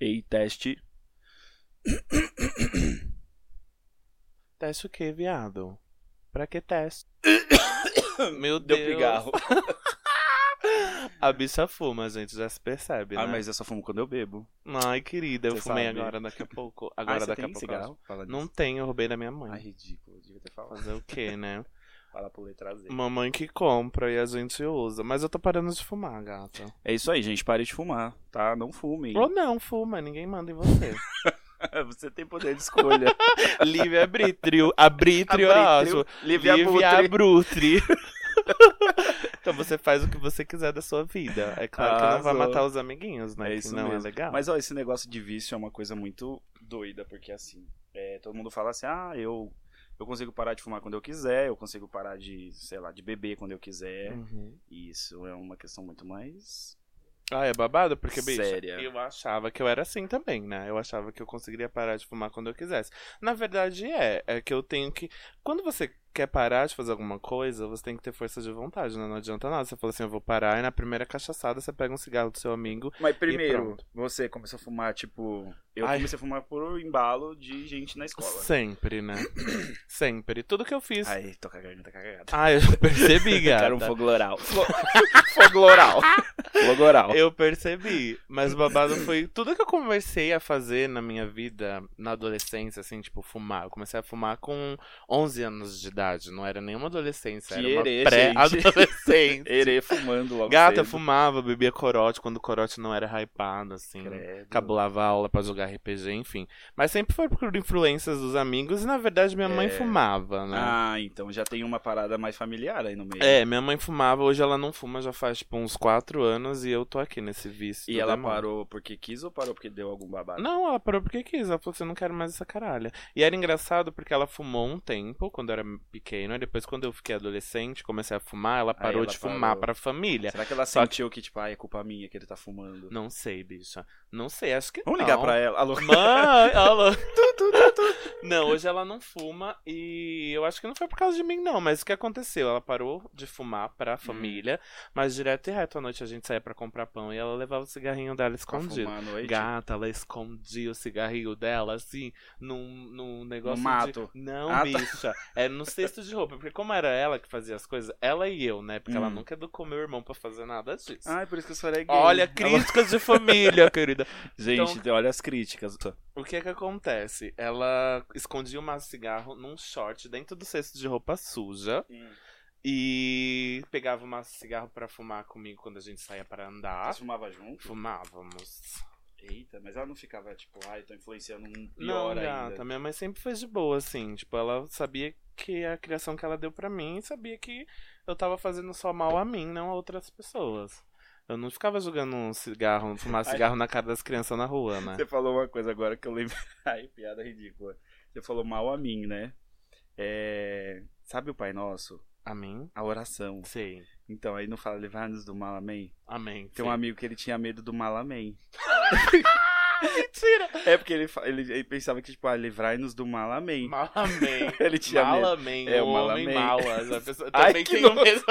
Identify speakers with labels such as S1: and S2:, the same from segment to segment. S1: Ei, teste. teste o que, viado? Pra que teste? Meu
S2: Deu
S1: Deus.
S2: pigarro.
S1: A bicha fuma, gente, já se percebe, né?
S2: Ah, mas eu só fumo quando eu bebo.
S1: Ai, querida, eu
S2: Você
S1: fumei
S2: sabe.
S1: agora, daqui a pouco.
S2: Ai,
S1: Agora,
S2: Ah, você
S1: daqui a
S2: tem
S1: pouco.
S2: cigarro? Fala
S1: Não
S2: nisso.
S1: tem, eu roubei da minha mãe.
S2: Ai, ridículo. Devia ter falado.
S1: Fazer o quê, né?
S2: Fala pro letra Z.
S1: Mamãe que compra e a gente usa. Mas eu tô parando de fumar, gata.
S2: É isso aí, gente. Pare de fumar, tá? Não fumem.
S1: Ou não, fuma, ninguém manda em você.
S2: Você tem poder de escolha.
S1: Livre abrítrio. Abrítrio é ótimo.
S2: Livre abutre.
S1: Livre abrutri. então você faz o que você quiser da sua vida. É claro que não vai
S2: Arrasou.
S1: matar os amiguinhos, né?
S2: É
S1: que
S2: isso
S1: não é
S2: mesmo.
S1: legal.
S2: Mas, ó, esse negócio de vício é uma coisa muito doida, porque assim, é, todo mundo fala assim, ah, eu, eu consigo parar de fumar quando eu quiser, eu consigo parar de, sei lá, de beber quando eu quiser.
S1: Uhum.
S2: E Isso é uma questão muito mais...
S1: Ah, é babado? Porque, bicho,
S2: Séria.
S1: eu achava que eu era assim também, né? Eu achava que eu conseguiria parar de fumar quando eu quisesse. Na verdade, é. É que eu tenho que. Quando você quer parar de fazer alguma coisa, você tem que ter força de vontade, né? Não adianta nada. Você fala assim, eu vou parar, e na primeira cachaçada você pega um cigarro do seu amigo.
S2: Mas
S1: primeiro,
S2: primeiro, você começou a fumar, tipo... Eu
S1: Ai.
S2: comecei a fumar por embalo de gente na escola.
S1: Sempre, né? Sempre. Tudo que eu fiz. Ai,
S2: Ai, tô com a garganta cagada.
S1: eu percebi,
S2: Era um
S1: gata.
S2: fogo oral. fogo oral. fogo oral.
S1: Eu percebi, mas o babado foi tudo que eu comecei a fazer na minha vida, na adolescência, assim, tipo, fumar. Eu comecei a fumar com 11 anos de idade, não era nenhuma adolescência,
S2: Que
S1: era uma
S2: herê, gente.
S1: pré-adolescência.
S2: Erê fumando logo
S1: Gata
S2: cedo.
S1: fumava, bebia corote quando o corote não era hypado, assim.
S2: Credo.
S1: Cabulava a aula pra jogar RPG, enfim. Mas sempre foi por influências dos amigos e, na verdade, minha mãe
S2: É.
S1: fumava, né?
S2: Ah, então já tem uma parada mais familiar aí no meio.
S1: É, minha mãe fumava, hoje ela não fuma já faz tipo uns 4 anos e eu tô aqui nesse vício.
S2: E
S1: do
S2: ela
S1: demônio.
S2: parou porque quis ou parou porque deu algum babado?
S1: Não, ela parou porque quis. Ela falou assim: não quero mais essa caralha. E era engraçado porque ela fumou um tempo, quando eu era pequeno, e depois, quando eu fiquei adolescente, comecei a fumar, ela parou
S2: ela
S1: de fumar
S2: parou.
S1: pra família.
S2: Será que ela
S1: Só
S2: sentiu que, tipo, ai, é culpa minha que ele tá fumando?
S1: Não sei, bicha. Não sei, acho que
S2: Vamos
S1: não.
S2: ligar pra ela. Alô?
S1: Mãe, alô. Não, hoje ela não fuma e eu acho que não foi por causa de mim, não. Mas o que aconteceu? Ela parou de fumar
S2: Hum.
S1: pra família, mas direto e reto à noite a gente saía pra comprar pão e ela levava o cigarrinho dela
S2: Pra
S1: escondido.
S2: fumar à noite?
S1: Gata, ela escondia o cigarrinho dela, assim, num, num negócio.
S2: No mato.
S1: De... Não,
S2: Ah, tá.
S1: bicha. Era no cesto de roupa. Porque como era ela que fazia as coisas, ela e eu, né? Porque ela
S2: Hum.
S1: nunca educou meu irmão pra fazer nada disso.
S2: Ai, por isso que eu falei gay.
S1: Olha,
S2: Alô? Então
S1: críticas de família, querida.
S2: Gente, olha as críticas.
S1: O que é que acontece? Ela escondia o maço de cigarro num short dentro do cesto de roupa suja e pegava o maço de cigarro pra fumar comigo quando a gente saía pra andar.
S2: Vocês fumavam junto?
S1: Fumávamos.
S2: Eita, mas ela não ficava, tipo, ai, tô influenciando um
S1: Não,
S2: pior ainda.
S1: gata, minha mãe sempre foi de boa, assim. Tipo, ela sabia que a criação que ela deu pra mim sabia que eu tava fazendo só mal a mim, não a outras pessoas. Eu não ficava jogando um cigarro, fumar
S2: Ai.
S1: cigarro na cara das crianças na rua, né?
S2: Você falou uma coisa agora que eu lembro. Ai, piada ridícula. Você falou mal a mim, né? É... Sabe o Pai Nosso?
S1: A mim?
S2: A oração.
S1: Sim.
S2: Então, aí não fala livrar-nos do mal, amém?
S1: Amém.
S2: Tem um
S1: sim.
S2: amigo que ele tinha medo do mal, amém.
S1: Mentira!
S2: É porque ele, fa- ele, ele pensava que, tipo, ah, livrai-nos do mal, amém.
S1: Malamém.
S2: Ele tinha medo.
S1: Malamém.
S2: É,
S1: o
S2: o
S1: homem
S2: Malamém.
S1: mala. A pessoa
S2: Ai,
S1: também
S2: que
S1: tem o mesmo.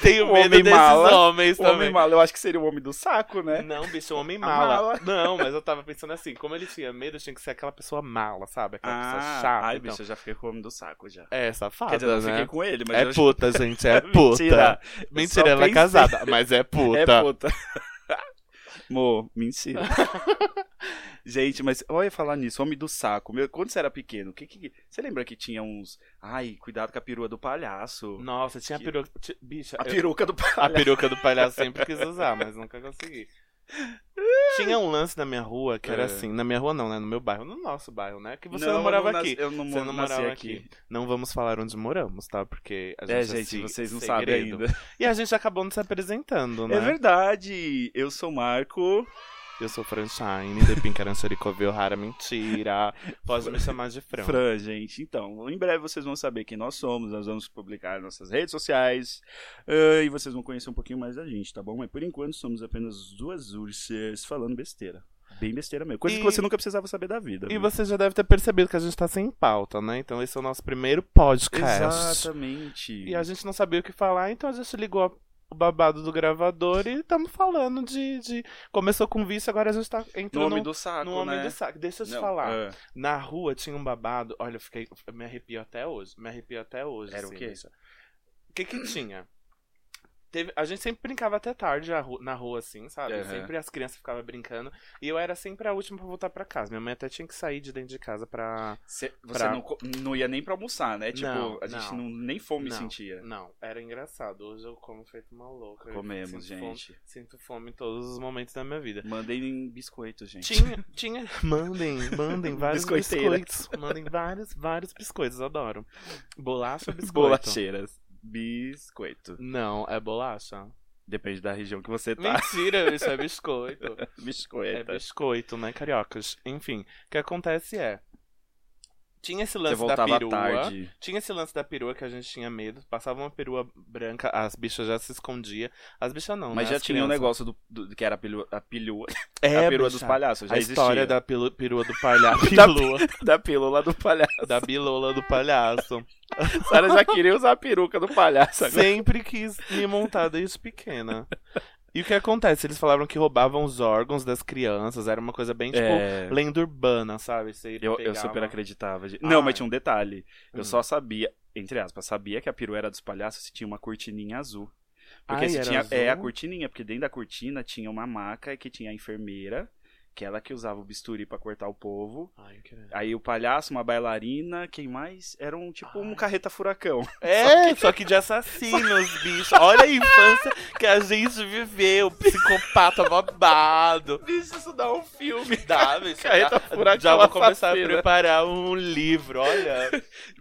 S1: tem o
S2: O
S1: medo
S2: um homem
S1: desses
S2: mala.
S1: homens
S2: O
S1: também.
S2: homem mal, eu acho que seria o homem do saco, né?
S1: Não, bicho, um homem
S2: A
S1: mala.
S2: mala.
S1: Não, mas eu tava pensando assim, como ele tinha medo, tinha que ser aquela pessoa mala, sabe?
S2: Hum,
S1: Aquela pessoa chata.
S2: Ah, ai,
S1: então.
S2: bicho, eu já fiquei com o homem do saco já.
S1: É, safada,
S2: Quer dizer, eu não
S1: né?
S2: fiquei com ele, mas
S1: É
S2: eu...
S1: puta, gente, é puta.
S2: Mentira.
S1: Mentira,
S2: só
S1: ela é
S2: pensei.
S1: casada, mas é puta.
S2: É puta. Mô, mentira. Gente, mas olha falar nisso, homem do saco. Meu, quando você era pequeno, que, que, você lembra que tinha uns. Ai, cuidado com a perua do palhaço.
S1: Nossa, tinha a
S2: Que-
S1: peruca. ti- Bicha,
S2: A
S1: eu-
S2: peruca do
S1: a
S2: palhaço.
S1: peruca do palhaço sempre quis usar, mas nunca consegui. Tinha um lance na minha rua que era
S2: É.
S1: assim, na minha rua não, né? No meu bairro, no nosso bairro, né? Que você não, morava
S2: eu nas-
S1: aqui.
S2: Eu não,
S1: Você não
S2: nasci
S1: morava
S2: aqui.
S1: aqui. Não vamos falar onde moramos, tá? Porque a gente
S2: É, gente,
S1: assim,
S2: vocês não
S1: segredo.
S2: sabem ainda.
S1: E a gente acabou não se apresentando, né?
S2: É verdade. Eu sou o Marco.
S1: Eu sou Franchine, de Pincaranchericoveu, rara mentira. Pode me chamar de Fran.
S2: Fran, gente. Então, em breve vocês vão saber quem nós somos. Nós vamos publicar nossas redes sociais. ah, e vocês vão conhecer um pouquinho mais da gente, tá bom? Mas por enquanto somos apenas duas ursas falando besteira. Bem besteira mesmo. Coisa
S1: E-
S2: que você nunca precisava saber da vida.
S1: E
S2: viu?
S1: você já deve ter percebido que a gente tá sem pauta, né? Então esse é o nosso primeiro podcast.
S2: Exatamente.
S1: E a gente não sabia o que falar, então a gente ligou a o babado do gravador e estamos falando de, de- Começou com vício, agora a gente tá
S2: No
S1: entrando
S2: homem do saco,
S1: no homem
S2: né?
S1: do saco. Deixa eu te
S2: Não,
S1: falar.
S2: é.
S1: Na rua tinha um babado. Olha, eu fiquei. Eu me arrepio até hoje. Me arrepio até hoje.
S2: Era o
S1: assim,
S2: quê?
S1: bicha. O que que tinha? Teve, a gente sempre brincava até tarde na ru- na rua, assim, sabe?
S2: Aham.
S1: Sempre as crianças ficavam brincando. E eu era sempre a última pra voltar pra casa. Minha mãe até tinha que sair de dentro de casa pra.
S2: Cê- você
S1: Pra-
S2: não, co- não ia nem pra almoçar, né? Tipo,
S1: Não,
S2: a gente
S1: não.
S2: não- nem fome
S1: Não.
S2: sentia.
S1: Não, era engraçado. Hoje eu como feito uma louca. Eu
S2: Comemos,
S1: sinto fome-
S2: gente.
S1: sinto fome em todos os momentos da minha vida.
S2: Mandei em biscoito, gente.
S1: Tinha, tinha. Mandem, mandem vários
S2: Biscoiteira.
S1: biscoitos. Mandem vários, vários biscoitos, adoro. Bolacha ou biscoito?
S2: Bolacheiras. Biscoito.
S1: Não, é bolacha.
S2: Depende da região que você tá.
S1: Mentira, isso é biscoito. é
S2: Biscoita.
S1: biscoito, né, cariocas? Enfim, o que acontece é. Tinha esse
S2: Você
S1: lance da
S2: voltava à
S1: perua.
S2: tarde.
S1: Tinha esse lance da perua que a gente tinha medo. Passava uma perua branca, as bichas já se escondiam. As bichas não,
S2: Mas
S1: né,
S2: já
S1: as
S2: tinha um
S1: crianças.
S2: negócio do, do- que era a pilua, a, pilua,
S1: É,
S2: a perua
S1: bicha.
S2: dos palhaços. Já
S1: a
S2: existia.
S1: história da pilu- perua do palhaço.
S2: Da
S1: Pilua.
S2: da pílula do palhaço.
S1: da bilola do palhaço.
S2: A Sara já queria usar a peruca do palhaço agora.
S1: Sempre quis me montar desde pequena. E o que acontece? Eles falaram que roubavam os órgãos das crianças. Era uma coisa bem, tipo,
S2: É,
S1: lenda urbana, sabe? Você
S2: eu, eu
S1: pegava-
S2: super acreditava. gente.
S1: Ah.
S2: Não, mas tinha um detalhe. Eu
S1: Hum.
S2: só sabia, entre aspas, sabia que a perua era dos palhaços se tinha uma cortininha azul. Porque
S1: Ai,
S2: se
S1: Ah, era
S2: tinha. É, a
S1: azul?
S2: cortininha, porque dentro da cortina tinha uma maca que tinha a enfermeira, que ela que usava o bisturi pra cortar o povo.
S1: Ai, que...
S2: Aí o palhaço, uma bailarina, quem mais? Era um tipo um
S1: Ai.
S2: carreta furacão.
S1: É, só que de assassinos, bicho. Olha a infância que a gente viveu. Psicopata babado.
S2: Bicho, isso dá um filme.
S1: Dá, bicho.
S2: Carreta
S1: dá.
S2: furacão.
S1: Já vou começar a
S2: assassina.
S1: preparar um livro, olha.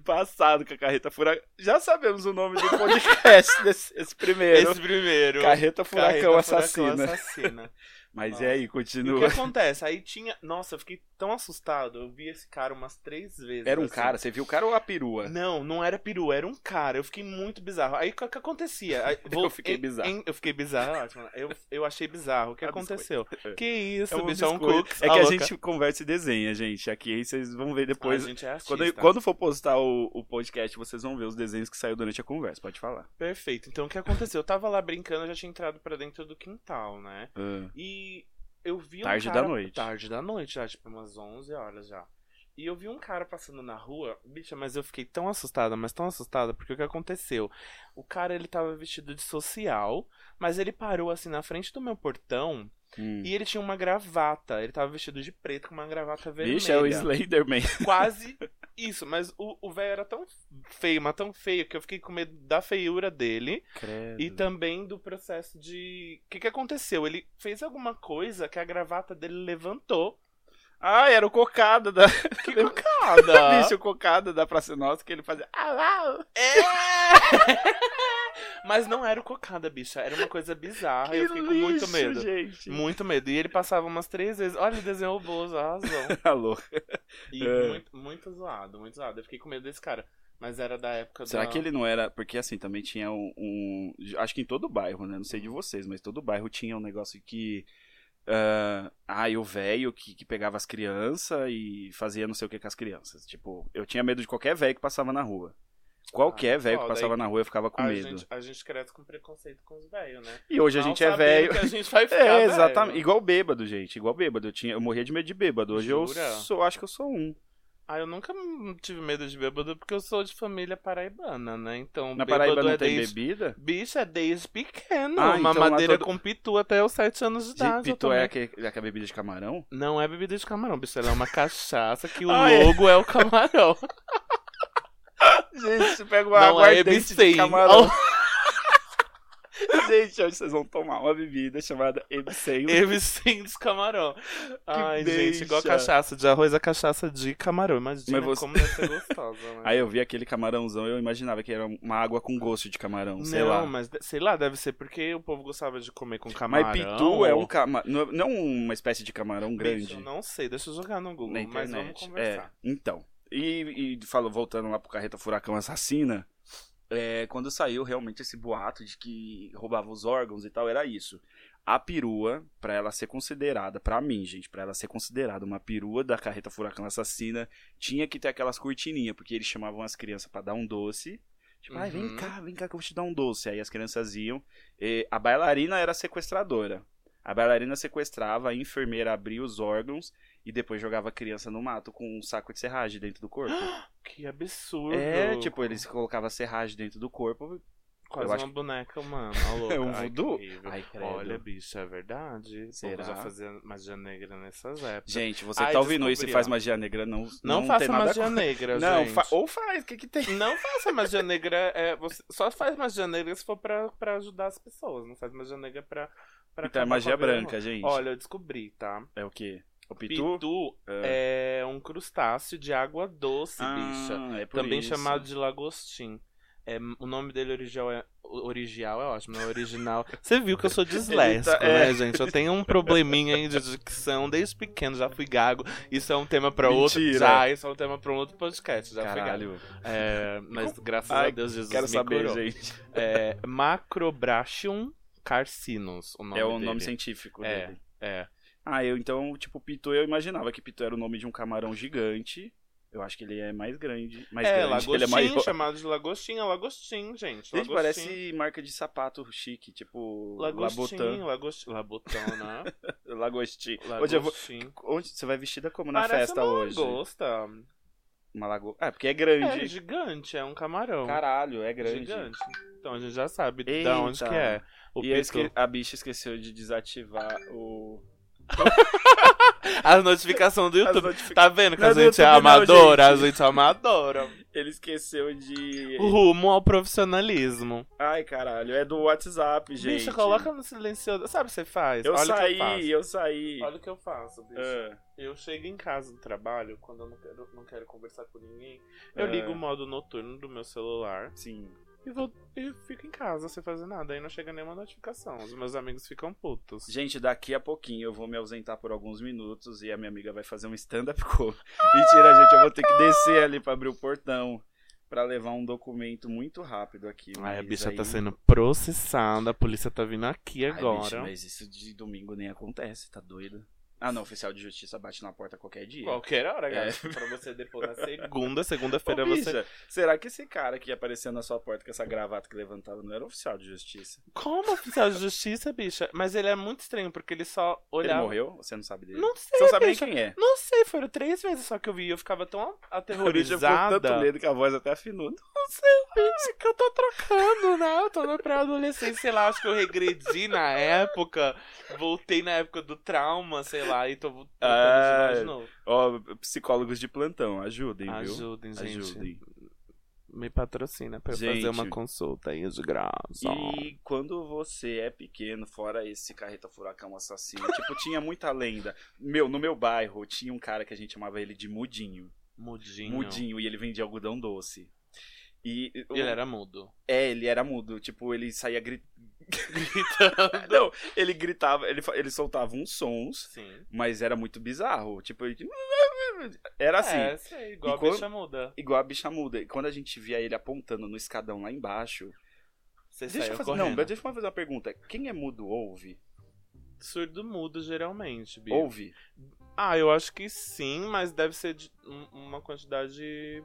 S2: Passado com a carreta furacão. Já sabemos o nome do podcast desse esse primeiro.
S1: Esse primeiro.
S2: Carreta furacão
S1: Carreta
S2: assassina.
S1: assassina.
S2: Mas
S1: Nossa.
S2: e aí,
S1: E o que
S2: continua.
S1: acontece? Aí tinha. Nossa, eu fiquei tão assustado. Eu vi esse cara umas três vezes.
S2: Era um
S1: assim.
S2: cara, você viu o cara ou a perua?
S1: Não, não era peru, era um cara. Eu fiquei muito bizarro. Aí o que, que acontecia? Aí,
S2: Eu fiquei bizarro.
S1: eu fiquei bizarro, é ótimo. Eu, eu achei bizarro. O que
S2: Ah,
S1: aconteceu?
S2: biscoito.
S1: Que isso,
S2: É um
S1: bicho, é um
S2: biscoito.
S1: cookies.
S2: É
S1: Ah,
S2: que a
S1: louca.
S2: gente conversa e desenha, gente. Aqui aí vocês vão ver depois.
S1: A gente é artista.
S2: Quando, eu- quando for postar o, o podcast, vocês vão ver os desenhos que saiu durante a conversa. Pode falar.
S1: Perfeito. Então o que aconteceu? Eu tava lá brincando, eu já tinha entrado pra dentro do quintal, né? E eu vi um
S2: Tarde
S1: cara...
S2: da noite.
S1: Tarde da noite, já, tipo umas 11 horas já. E eu vi um cara passando na rua, bicha, mas eu fiquei tão assustada, mas tão assustada, porque o que aconteceu? O cara, ele tava vestido de social, mas ele parou assim na frente do meu portão
S2: Hum.
S1: e ele tinha uma gravata. Ele tava vestido de preto com uma gravata vermelha.
S2: Bicho, é o Slenderman.
S1: Quase isso, mas o o velho era tão feio, mas tão feio, que eu fiquei com medo da feiura dele. E
S2: Uhum.
S1: também do processo de. O que, que aconteceu? Ele fez alguma coisa que a gravata dele levantou.
S2: Ah, era o cocada da.
S1: Que cocada!
S2: Bicho, o cocada da Praça Nossa que ele fazia. Ah, lá,
S1: É! Mas não era o cocada, bicha. Era uma coisa bizarra.
S2: que
S1: Ah, eu fiquei com
S2: lixo,
S1: muito medo.
S2: gente.
S1: Muito medo. E ele passava umas três vezes. Olha, ele desenhou boas, arrasou.
S2: Alô.
S1: E
S2: É.
S1: muito, muito zoado, muito zoado. Eu fiquei com medo desse cara. Mas era da época
S2: Será
S1: da...
S2: que ele não era. Porque assim, também tinha um, um- Acho que em todo bairro, né? Não sei de
S1: Hum.
S2: vocês, mas todo bairro tinha um negócio que. ah, ai, o velho que, que pegava as crianças e fazia não sei o que com as crianças. Tipo, eu tinha medo de qualquer velho que passava na rua. Qualquer
S1: Ah,
S2: velho que
S1: foda,
S2: passava
S1: aí-
S2: na rua eu ficava tá com
S1: a
S2: medo.
S1: gente, a gente cresce com preconceito com os velhos, né?
S2: E hoje a
S1: Mal
S2: gente é
S1: sabendo
S2: velho.
S1: que A gente vai ficar
S2: É,
S1: velho.
S2: exatamente. Igual bêbado, gente. Igual bêbado. Eu, tinha, eu morria de medo de bêbado. Hoje
S1: Jura?
S2: eu sou, acho que eu sou um.
S1: Ah, eu nunca m- tive medo de bêbado porque eu sou de família paraibana, né? Então,
S2: Na
S1: bêbado
S2: Paraíba não
S1: é
S2: tem
S1: desde...
S2: bebida?
S1: Bicho, é desde pequeno.
S2: Ah,
S1: uma
S2: então lá
S1: madeira
S2: todo-
S1: com pitu até os 7 anos de idade. eu
S2: Pitu
S1: tomei.
S2: é aquele- aquela bebida de camarão?
S1: Não é bebida de camarão, bicho. Ela é uma cachaça que o
S2: Ah, é.
S1: logo é o camarão.
S2: Gente, você pega
S1: Não é Epstein.
S2: gente, hoje vocês vão tomar uma bebida chamada Ebsen.
S1: Ebsen dos camarão. Ai, gente,
S2: deixa.
S1: igual cachaça de arroz, a cachaça de camarão. Imagina
S2: Mas você-
S1: como deve ser gostosa, né?
S2: Aí eu vi aquele camarãozão e eu imaginava que era uma água com gosto de camarão, sei
S1: não,
S2: lá.
S1: mas de- sei lá, deve ser porque o povo gostava de comer com camarão.
S2: Mas pitu é um
S1: ou-
S2: camarão, não uma espécie de camarão grande.
S1: Bicho, não sei, deixa eu jogar no Google,
S2: na
S1: mas vamos
S2: internet.
S1: conversar.
S2: É, então. E, e falo, voltando lá pro Carreta Furacão Assassina, é, quando saiu realmente esse boato de que roubava os órgãos e tal, era isso. A perua, pra ela ser considerada, pra mim, gente, pra ela ser considerada uma perua da Carreta Furacão Assassina, tinha que ter aquelas cortininhas, porque eles chamavam as crianças pra dar um doce. Tipo, ai, vem
S1: Uhum.
S2: cá, vem cá que eu vou te dar um doce. Aí as crianças iam. E a bailarina era sequestradora. A bailarina sequestrava, a enfermeira abria os órgãos e depois jogava a criança no mato com um saco de serragem dentro do corpo.
S1: Que absurdo.
S2: é, tipo, eles colocavam serragem dentro do corpo.
S1: Quase
S2: eu
S1: uma
S2: acho
S1: boneca, mano. Ó, louca.
S2: É um
S1: Ai, que
S2: voodoo?
S1: horrível.
S2: Ai, credo.
S1: Olha, bicho, é verdade. O
S2: Será?
S1: povo já fazia magia negra nessas épocas.
S2: Gente, você
S1: Ai,
S2: tá ouvindo
S1: descobri,
S2: isso e
S1: ó.
S2: faz magia negra, não
S1: não,
S2: não tem
S1: faça
S2: nada a
S1: magia
S2: co-
S1: negra,
S2: Não,
S1: gente.
S2: fa- ou faz, o que que tem?
S1: Não faça magia negra. É, você só faz magia negra se for pra, pra ajudar as pessoas. Não faz magia negra pra. pra
S2: Então é
S1: acabar
S2: magia
S1: com a vida, não.
S2: branca, gente.
S1: Olha, eu descobri, tá?
S2: É o quê? O pitu? Ah.
S1: Pitu, é. um crustáceo de água doce, bicha.
S2: Ah, é por
S1: Também
S2: isso.
S1: chamado de lagostim. É, o nome dele original é. Original é ótimo, né? Original. Você viu que eu sou disléxico,
S2: Ele tá- é.
S1: né, gente? Eu tenho um probleminha aí de dicção desde pequeno, já fui gago. Isso é um tema pra outro.
S2: Mentira.
S1: Já, isso é um tema pra um outro podcast. Já fui gago.
S2: Caralho.
S1: É, mas graças
S2: Ai,
S1: a Deus Jesus
S2: Quero
S1: me
S2: saber,
S1: curou.
S2: gente.
S1: É, Macrobrachium carcinus, o nome
S2: É o
S1: dele.
S2: nome científico
S1: É.
S2: dele.
S1: É.
S2: Ah, eu então, tipo, pitu, eu imaginava que pitu era o nome de um camarão gigante. Eu acho que ele é mais grande. Mais
S1: é,
S2: grande.
S1: lagostim,
S2: ele é maior.
S1: chamado de lagostim, é lagostim, gente.
S2: Gente,
S1: Lagostim.
S2: parece marca de sapato chique, tipo
S1: Lagostim,
S2: Labotan.
S1: lagostim, labotão, né?
S2: Lagosti. Hoje eu vou...
S1: Lagostim.
S2: Onde você vai vestida como tipo, na
S1: Parece
S2: festa
S1: uma
S2: hoje?
S1: lagosta.
S2: Uma lagosta. Ah, porque é
S1: É
S2: grande.
S1: gigante, é um camarão.
S2: Caralho, é grande.
S1: Gigante. Então a gente já sabe de
S2: Eita.
S1: onde que é. O
S2: E eu
S1: pitu.
S2: esque- a bicha esqueceu de desativar o...
S1: As notificações do
S2: as
S1: YouTube.
S2: notificações.
S1: Tá vendo que
S2: Não
S1: a
S2: é do
S1: gente é
S2: YouTube não,
S1: amadora?
S2: gente.
S1: A gente é amadora.
S2: Ele esqueceu de...
S1: Rumo ao profissionalismo.
S2: Ai, caralho, é do WhatsApp, gente.
S1: Bicho, coloca no silencioso. Sabe o que você faz?
S2: Eu
S1: Olha
S2: saí,
S1: o que eu faço.
S2: eu saí.
S1: Olha o que eu faço, bicho.
S2: Ah,
S1: Eu chego em casa do trabalho, quando eu não quero, não quero conversar com ninguém, eu
S2: É.
S1: ligo o modo noturno do meu celular
S2: sim.
S1: e vou e fico em casa sem fazer nada. Aí não chega nenhuma notificação. Os meus amigos ficam putos.
S2: Gente, daqui a pouquinho eu vou me ausentar por alguns minutos e a minha amiga vai fazer um stand-up comedy. Mentira, gente, eu vou ter que descer ali pra abrir o portão pra levar um documento muito rápido aqui.
S1: Ai, a
S2: mas
S1: bicha tá
S2: aí-
S1: sendo processada, a polícia tá vindo aqui
S2: Ai,
S1: agora.
S2: bicho, mas isso de domingo nem acontece, tá doido? Ah, não, oficial de justiça bate na porta qualquer dia.
S1: Qualquer hora,
S2: É.
S1: gato. Pra você depor na segunda,
S2: Ô,
S1: segunda-feira você.
S2: bicha, será que esse cara que apareceu na sua porta com essa gravata que levantava não era oficial de justiça?
S1: Como oficial de justiça, bicha? Mas ele é muito estranho, porque ele só
S2: Ele
S1: olhava.
S2: morreu? Você não sabe dele?
S1: Não sei,
S2: Você não sabe nem
S1: bicha.
S2: quem é.
S1: Não sei, foram três vezes só que eu vi. Eu ficava tão
S2: Corinthians ficou com tanto
S1: aterrorizada.
S2: medo que a voz até afinou.
S1: Não sei, bicho, que eu tô trocando, né? Eu tô na pré-adolescência, sei lá, acho que eu regredi na época. Voltei na época do trauma, sei lá, e tô voltando
S2: Ah,
S1: de novo.
S2: Ó, psicólogos de plantão, ajudem, viu?
S1: Ajudem, gente.
S2: Ajudem.
S1: Me patrocina pra eu
S2: Gente.
S1: fazer uma consulta aí de graça.
S2: E quando você é pequeno, fora esse carreta furacão assassino, tipo, tinha muita lenda. Meu, no meu bairro tinha um cara que a gente chamava ele de Mudinho.
S1: Mudinho.
S2: Mudinho, e ele vendia algodão doce. E um
S1: E Ele era mudo.
S2: É, ele era mudo. Tipo, ele saía gri- gritando. Não, ele gritava, ele, fa- ele soltava uns sons,
S1: Sim.
S2: mas era muito bizarro. Tipo, ele... era assim.
S1: É, sei, igual
S2: E
S1: a
S2: quando-
S1: bicha muda.
S2: Igual a bicha muda. E quando a gente via ele apontando no escadão lá embaixo.
S1: Você
S2: deixa
S1: saiu
S2: eu fazer,
S1: correndo.
S2: não, mas deixa eu fazer uma pergunta. Quem é mudo ouve?
S1: Surdo mudo, geralmente, bicho.
S2: Ouve?
S1: Ah, eu acho que sim, mas deve ser de um- uma quantidade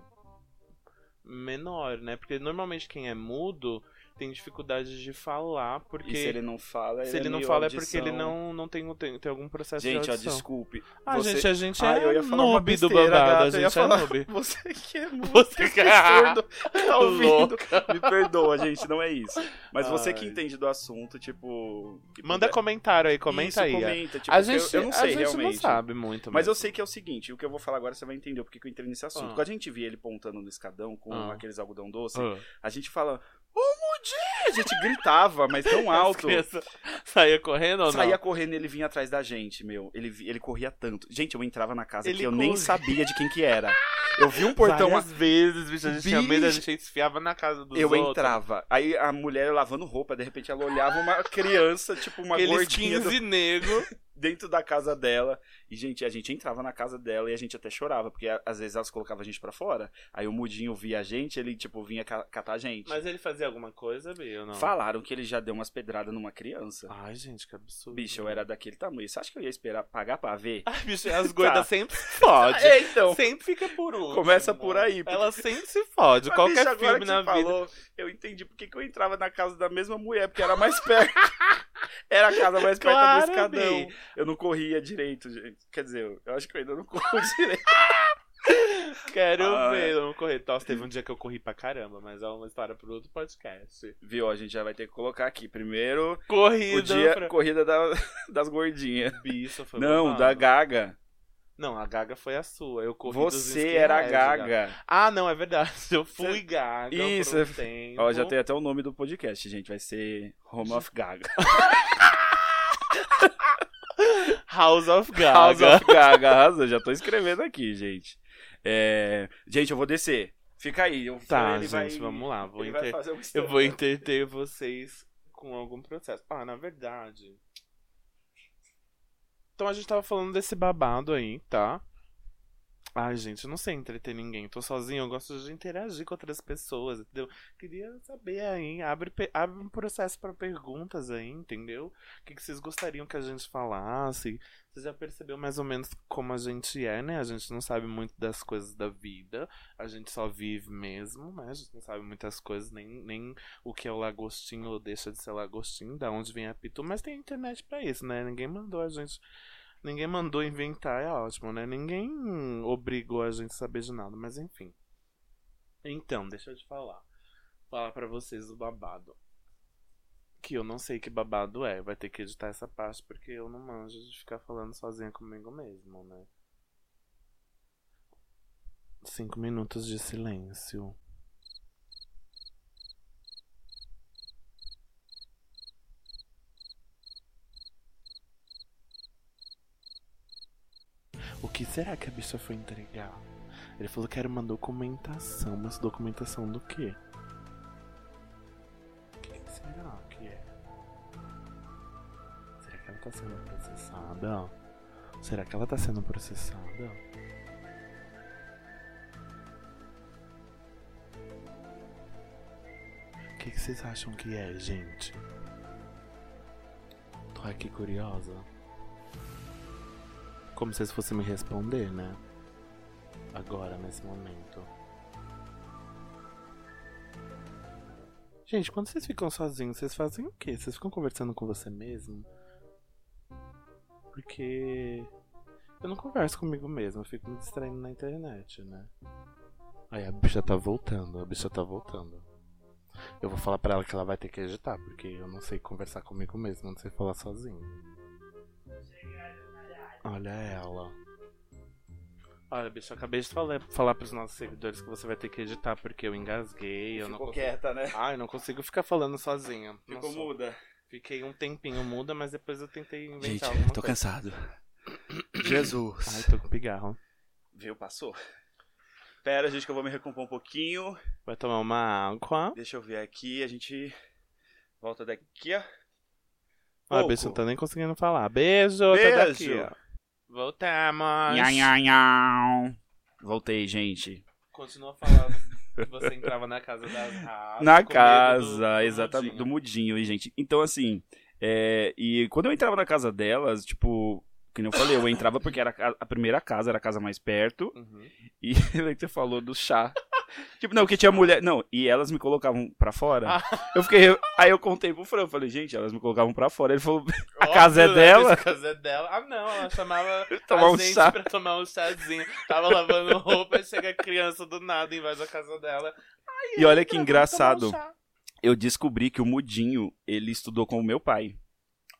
S1: menor, né? Porque normalmente quem é mudo tem dificuldade de falar, porque
S2: E se ele não fala,
S1: se ele não
S2: meio
S1: fala é porque
S2: audição.
S1: ele não, não tem, um, tem, tem algum processo
S2: Gente,
S1: de
S2: ó,
S1: audição.
S2: desculpe.
S1: ah,
S2: Você-
S1: gente, a gente
S2: Ah,
S1: é
S2: eu ia falar uma
S1: noob do
S2: besteira, gata,
S1: babado, a
S2: eu ia
S1: gente é
S2: falar-
S1: noob.
S2: Você que é mudo.
S1: Você
S2: que é surdo, tá ouvindo.
S1: Louca.
S2: Me perdoa, gente, não é isso. Mas você que
S1: Ai.
S2: entende do assunto, tipo. que
S1: Manda
S2: puder-
S1: comentário aí, comenta
S2: Isso,
S1: aí. é.
S2: Comenta, tipo,
S1: a
S2: que eu-
S1: gente,
S2: eu, não sei
S1: a gente
S2: realmente.
S1: não sabe muito. Ah.
S2: Mas
S1: mesmo.
S2: eu sei que é o seguinte, o que eu vou falar agora você vai entender porque que eu entrei nesse assunto.
S1: Ah.
S2: Quando a gente via ele pontando no escadão com
S1: Ah.
S2: aqueles algodão doce,
S1: Ah.
S2: a gente fala, ô Mudinho! A gente gritava, mas tão um alto.
S1: Criança saía correndo ou não?
S2: Saía correndo e ele vinha atrás da gente, meu. Ele, vi- ele corria tanto. Gente, eu entrava na casa
S1: Ele
S2: que eu nem
S1: corre-
S2: sabia de quem que era. Eu vi um portão.
S1: Várias vezes, bicho, a gente tinha medo, a
S2: Bicho.
S1: gente enfiava na casa dos
S2: Eu
S1: outros.
S2: entrava. Aí a mulher lavando roupa, de repente ela olhava uma criança, tipo uma
S1: Aqueles
S2: gordinha do
S1: 15 negros
S2: dentro da casa dela. E, gente, a gente entrava na casa dela e a gente até chorava, porque a- às vezes elas colocavam a gente pra fora. Aí o mudinho via a gente, ele, tipo, vinha ca- catar a gente.
S1: Mas ele fazia alguma coisa, Bi, ou não?
S2: Falaram que ele já deu umas pedradas numa criança.
S1: Ai, gente, que absurdo.
S2: Bicho, eu era daquele tamanho. Você acha que eu ia esperar pagar pra ver?
S1: Ai, bicho, as gordas
S2: Tá.
S1: sempre se fodem.
S2: É, então.
S1: Sempre fica por último.
S2: Começa por aí, porque-
S1: Ela sempre se fode.
S2: Mas,
S1: Qualquer
S2: bicho, agora
S1: filme
S2: que
S1: na
S2: você
S1: vida.
S2: falou, eu entendi porque que eu entrava na casa da mesma mulher, porque era mais perto. era a casa mais perto do
S1: Claro,
S2: escadão.
S1: Bi.
S2: Eu não corria direito, gente. Quer dizer, eu- eu acho que eu ainda não corro direito.
S1: Quero
S2: Ah,
S1: ver. Eu não corri. Nossa, teve um dia que eu corri pra caramba, mas é uma história pro outro podcast.
S2: Viu? A gente já vai ter que colocar aqui. Primeiro,
S1: Corrida
S2: o dia,
S1: pra...
S2: corrida da- das gordinhas.
S1: Bi, isso foi
S2: Não,
S1: babado.
S2: da Gaga.
S1: Não, a Gaga foi a sua. Eu corri dos
S2: Você era a
S1: skinheads, Gaga.
S2: Gaga.
S1: Ah, não, é verdade. Eu fui gaga
S2: Isso,
S1: por um
S2: é-
S1: tempo.
S2: Ó, já tem até o nome do podcast, gente. Vai ser Home of Gaga.
S1: House of Gaga.
S2: House of Gaga. Arrasou, já tô escrevendo aqui, gente. É, Gente, eu vou descer. Fica aí. Eu,
S1: Tá,
S2: Então ele
S1: gente,
S2: vai-
S1: vamos lá. Vou
S2: ele
S1: inter...
S2: vai fazer um
S1: Eu vou entreter vocês com algum processo. Ah, na verdade... Então a gente tava falando desse babado aí, tá? Ai, gente, eu não sei entreter ninguém. Tô sozinho, eu gosto de interagir com outras pessoas, entendeu? Queria saber aí, abre, pe- abre um processo pra perguntas aí, entendeu? O que, que vocês gostariam que a gente falasse? Você já percebeu mais ou menos como a gente é, né? A gente não sabe muito das coisas da vida, a gente só vive mesmo, né? A gente não sabe muitas coisas, nem, nem o que é o lagostinho ou deixa de ser lagostinho, da onde vem a pitu, mas tem internet pra isso, né? Ninguém mandou a gente Ninguém mandou inventar, é ótimo, né? Ninguém obrigou a gente a saber de nada, mas enfim. Então, deixa eu te falar. Falar pra vocês o babado. Que eu não sei que babado é, vai ter que editar essa parte porque eu não manjo de ficar falando sozinha comigo mesmo, né? Cinco minutos de silêncio. O que será que a bicha foi entregar? Ele falou que era uma documentação, mas documentação do quê? O que que será que é? Será que ela tá sendo processada? Será que ela tá sendo processada? O que, que vocês acham que é, gente? Tô aqui curiosa. Como se vocês fossem me responder, né? Agora, nesse momento. Gente, quando vocês ficam sozinhos, vocês fazem o quê? Vocês ficam conversando com você mesmo? Porque. Eu não converso comigo mesmo, eu fico me distraindo na internet, né? Aí a bicha tá voltando, a bicha tá voltando. Eu vou falar pra ela que ela vai ter que editar, porque eu não sei conversar comigo mesmo, eu não sei falar sozinho. Olha ela. Olha, bicho, eu acabei de falar, falar pros nossos seguidores que você vai ter que editar, porque eu engasguei, eu não
S2: Ficou
S1: consigo.
S2: quieta, né?
S1: Ai, não consigo ficar falando sozinha.
S2: Ficou
S1: Nossa,
S2: muda.
S1: Fiquei um tempinho muda, mas depois eu tentei inventar
S2: Gente,
S1: alguma
S2: tô
S1: coisa.
S2: cansado. Jesus.
S1: Ai, tô com pigarro.
S2: Viu? Passou. Pera, gente, que eu vou me recompor um pouquinho.
S1: Vai tomar uma água.
S2: Deixa eu ver aqui. A gente volta daqui, ó.
S1: Ó,
S2: Pouco.
S1: bicho, não tá nem conseguindo falar. Beijo, tá daqui,
S2: Beijo.
S1: ó. Voltamos.
S2: Nha, nha, nha. Voltei, gente.
S1: Continua falando que você entrava na casa das raças.
S2: Na casa, exatamente. Do mudinho, e, gente. Então, assim. é, e quando eu entrava na casa delas, tipo. Que nem eu falei, eu entrava porque era a ca- a primeira casa, era a casa mais perto.
S1: Uhum.
S2: E você falou do chá. tipo, não, que tinha mulher. Não, e elas me colocavam pra fora.
S1: Ah.
S2: Eu fiquei. Aí eu contei pro Fran, eu falei, gente, elas me colocavam pra fora. Ele falou, A casa é
S1: Óbvio, né,
S2: dela?
S1: A casa é dela. Ah, não, ela chamava
S2: tomar
S1: a
S2: um
S1: gente
S2: chá.
S1: pra tomar um chazinho. Tava lavando roupa, chega a criança do nada, invade a casa dela. Ai,
S2: E olha
S1: entra,
S2: que
S1: vamos
S2: engraçado.
S1: tomar um chá.
S2: Eu descobri que o Mudinho, ele estudou com o meu pai.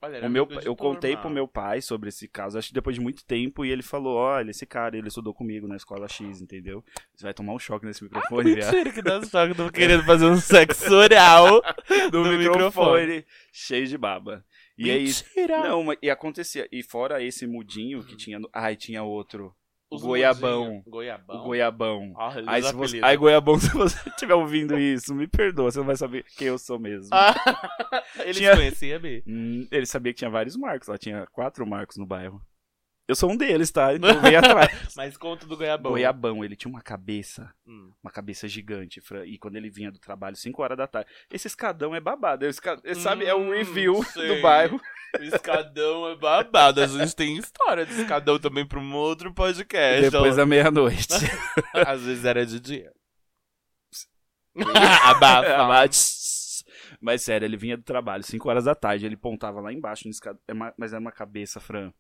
S1: Olha, era
S2: O meu,
S1: é amigo
S2: pa-
S1: de
S2: eu contei
S1: turma.
S2: pro meu pai sobre esse caso, acho que depois de muito tempo, e ele falou: olha, esse cara, ele estudou comigo na escola X, entendeu? Você vai tomar um choque nesse microfone, viado.
S1: Ah, Mentira que dá choque, tô querendo fazer um sexo oral no, microfone.
S2: cheio de baba. E é isso.
S1: Mentira! Hum.
S2: Não, mas- e acontecia. E fora esse mudinho que tinha. no- Ai, tinha outro. O goiabão.
S1: nudinhos. Goiabão.
S2: O goiabão.
S1: Olha
S2: Aí,
S1: os
S2: se você,
S1: apelidos.
S2: aí, Goiabão, se você estiver ouvindo isso, me perdoa, você não vai saber quem eu sou mesmo.
S1: Ah, ele
S2: Tinha-
S1: se conhecia, Bi.
S2: Hum, ele sabia que tinha vários marcos, lá tinha quatro marcos no bairro. Eu sou um deles, tá? Então vem atrás.
S1: Mas conta do goiabão.
S2: Goiabão, ele tinha uma cabeça,
S1: Hum.
S2: uma cabeça gigante, Fran, e quando ele vinha do trabalho, 5 horas da tarde, esse escadão é babado, é o esca- é, sabe, é um
S1: Hum,
S2: review
S1: sei.
S2: do bairro.
S1: O escadão é babado. A gente tem história de escadão também pra um outro podcast.
S2: Depois da meia-noite.
S1: Às vezes era de dia. Abafa.
S2: É. Mas sério, ele vinha do trabalho, 5 horas da tarde, ele pontava lá embaixo no escadão, é uma- mas era uma cabeça, Fran.